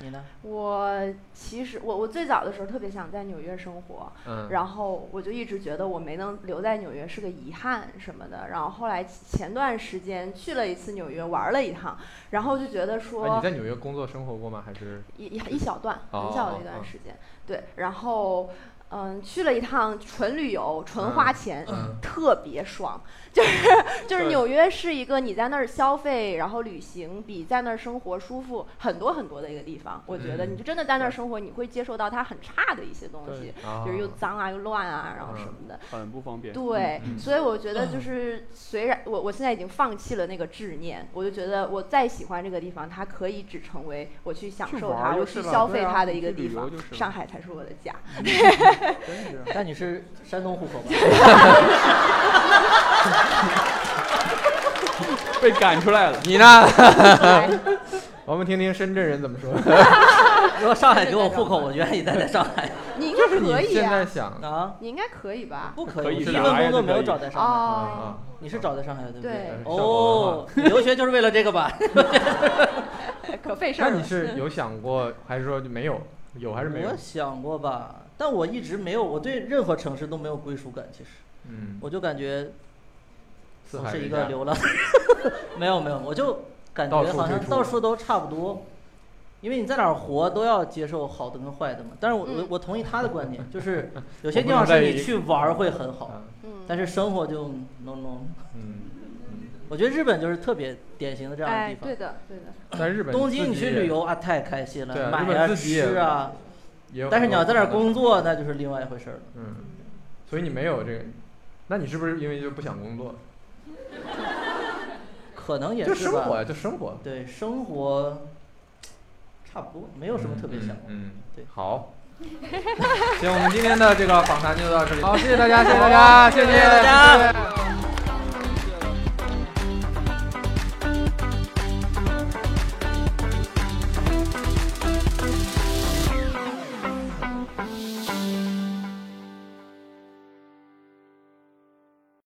[SPEAKER 2] 你呢？
[SPEAKER 3] 我其实我我最早的时候特别想在纽约生活，
[SPEAKER 1] 嗯，
[SPEAKER 3] 然后我就一直觉得我没能留在纽约是个遗憾什么的。然后后来前段时间去了一次纽约玩了一趟，然后就觉得说、
[SPEAKER 1] 哎，你在纽约工作生活过吗？还是
[SPEAKER 3] 一一一小段，
[SPEAKER 1] 哦
[SPEAKER 3] 很小的一段时间。对，然后嗯，去了一趟纯旅游，纯花钱，
[SPEAKER 1] 嗯
[SPEAKER 3] 特别爽。 就是就是
[SPEAKER 4] 对
[SPEAKER 3] 纽约是一个你在那儿消费，然后旅行比在那儿生活舒服很多很多的一个地方。我觉得
[SPEAKER 1] 嗯
[SPEAKER 3] 你就真的在那儿生活，你会接受到它很差的一些东西，
[SPEAKER 1] 啊
[SPEAKER 3] 就是又脏啊又乱啊，然后什
[SPEAKER 1] 嗯
[SPEAKER 3] 么的。
[SPEAKER 4] 很不方便。嗯
[SPEAKER 3] 对，嗯所以我觉得就是，虽然我我现在已经放弃了那个执念，我就觉得我再喜欢这个地方，它可以只成为我去享
[SPEAKER 4] 去
[SPEAKER 3] 受
[SPEAKER 4] 玩
[SPEAKER 3] 它、
[SPEAKER 4] 就
[SPEAKER 3] 我去
[SPEAKER 4] 是了
[SPEAKER 3] 消
[SPEAKER 4] 对
[SPEAKER 3] 费
[SPEAKER 4] 啊
[SPEAKER 3] 它的一个
[SPEAKER 4] 去旅
[SPEAKER 3] 地
[SPEAKER 4] 游
[SPEAKER 3] 方
[SPEAKER 4] 就是。了
[SPEAKER 3] 上海才是我的家。
[SPEAKER 2] 但你是山东户 口吧？
[SPEAKER 4] 被赶出来了。
[SPEAKER 1] 你呢？ 我们听听深圳人怎 么说。
[SPEAKER 2] 如果上海给我户口，我愿意待在上海
[SPEAKER 3] 你应
[SPEAKER 1] 就
[SPEAKER 3] 该
[SPEAKER 1] 是你
[SPEAKER 3] 可以
[SPEAKER 1] 现在
[SPEAKER 3] 啊，
[SPEAKER 1] 想
[SPEAKER 2] 啊。
[SPEAKER 3] 你应该可以吧？
[SPEAKER 2] 不
[SPEAKER 4] 可
[SPEAKER 2] 可
[SPEAKER 4] 以
[SPEAKER 2] 以，我第
[SPEAKER 1] 是
[SPEAKER 2] 一
[SPEAKER 1] 吧
[SPEAKER 2] 份工作没有找在上海，
[SPEAKER 3] 哦
[SPEAKER 1] 啊，
[SPEAKER 2] 你是找在上海的对不
[SPEAKER 1] 呃
[SPEAKER 3] 对
[SPEAKER 2] 哦，你留学就是为了这个吧？
[SPEAKER 3] 可费事
[SPEAKER 1] 那
[SPEAKER 3] 儿
[SPEAKER 1] 你
[SPEAKER 3] 了。
[SPEAKER 1] 是有想过，还是说就没有？有 还是没有
[SPEAKER 2] 我？想过吧，但我一直没有，我对任何城市都没有归属感。其实，
[SPEAKER 1] 嗯，
[SPEAKER 2] 我就感觉
[SPEAKER 1] 四
[SPEAKER 2] 总
[SPEAKER 1] 海
[SPEAKER 2] 是一
[SPEAKER 1] 为
[SPEAKER 2] 个
[SPEAKER 1] 家。嗯
[SPEAKER 2] 流浪。没有没有，我就感
[SPEAKER 1] 到处
[SPEAKER 2] 觉好像
[SPEAKER 1] 退出
[SPEAKER 2] 到处都差不多，因为你在哪儿活都要接受好的跟坏的嘛。但是我我
[SPEAKER 3] 嗯
[SPEAKER 2] 我同意他的观点， 就是有
[SPEAKER 1] 我
[SPEAKER 2] 些
[SPEAKER 1] 不
[SPEAKER 2] 地方
[SPEAKER 1] 能在
[SPEAKER 2] 是你
[SPEAKER 1] 一
[SPEAKER 2] 去玩儿会很好，
[SPEAKER 3] 嗯，
[SPEAKER 2] 但是生活就 no no。
[SPEAKER 1] 嗯，
[SPEAKER 2] 我觉得日本就是特别典型的这样的
[SPEAKER 3] 哎
[SPEAKER 2] 地，方。
[SPEAKER 3] 对的，对的，
[SPEAKER 1] 但日本
[SPEAKER 2] 东
[SPEAKER 1] 自
[SPEAKER 2] 京你
[SPEAKER 1] 己
[SPEAKER 2] 去
[SPEAKER 1] 也
[SPEAKER 2] 旅游啊，太开心了，
[SPEAKER 1] 对啊日
[SPEAKER 2] 买
[SPEAKER 1] 本
[SPEAKER 2] 啊
[SPEAKER 1] 自己也
[SPEAKER 2] 吃啊，
[SPEAKER 1] 也有
[SPEAKER 2] 但是
[SPEAKER 1] 很
[SPEAKER 2] 你
[SPEAKER 1] 多
[SPEAKER 2] 要在那儿
[SPEAKER 1] 不同的
[SPEAKER 2] 工作，那就是另外一回事儿了。
[SPEAKER 1] 嗯，所以你没有这个，那你是不是因为就不想工作？
[SPEAKER 2] 可能也
[SPEAKER 1] 就是生
[SPEAKER 2] 吧。
[SPEAKER 1] 活呀，就生活，
[SPEAKER 2] 对生活差不多，没有什么特别想。
[SPEAKER 1] 嗯，嗯
[SPEAKER 2] 对
[SPEAKER 1] 好。行，我们今天的这个访谈就到这里。好，谢谢大家，谢谢大家，谢谢
[SPEAKER 2] 谢谢大家
[SPEAKER 1] 谢谢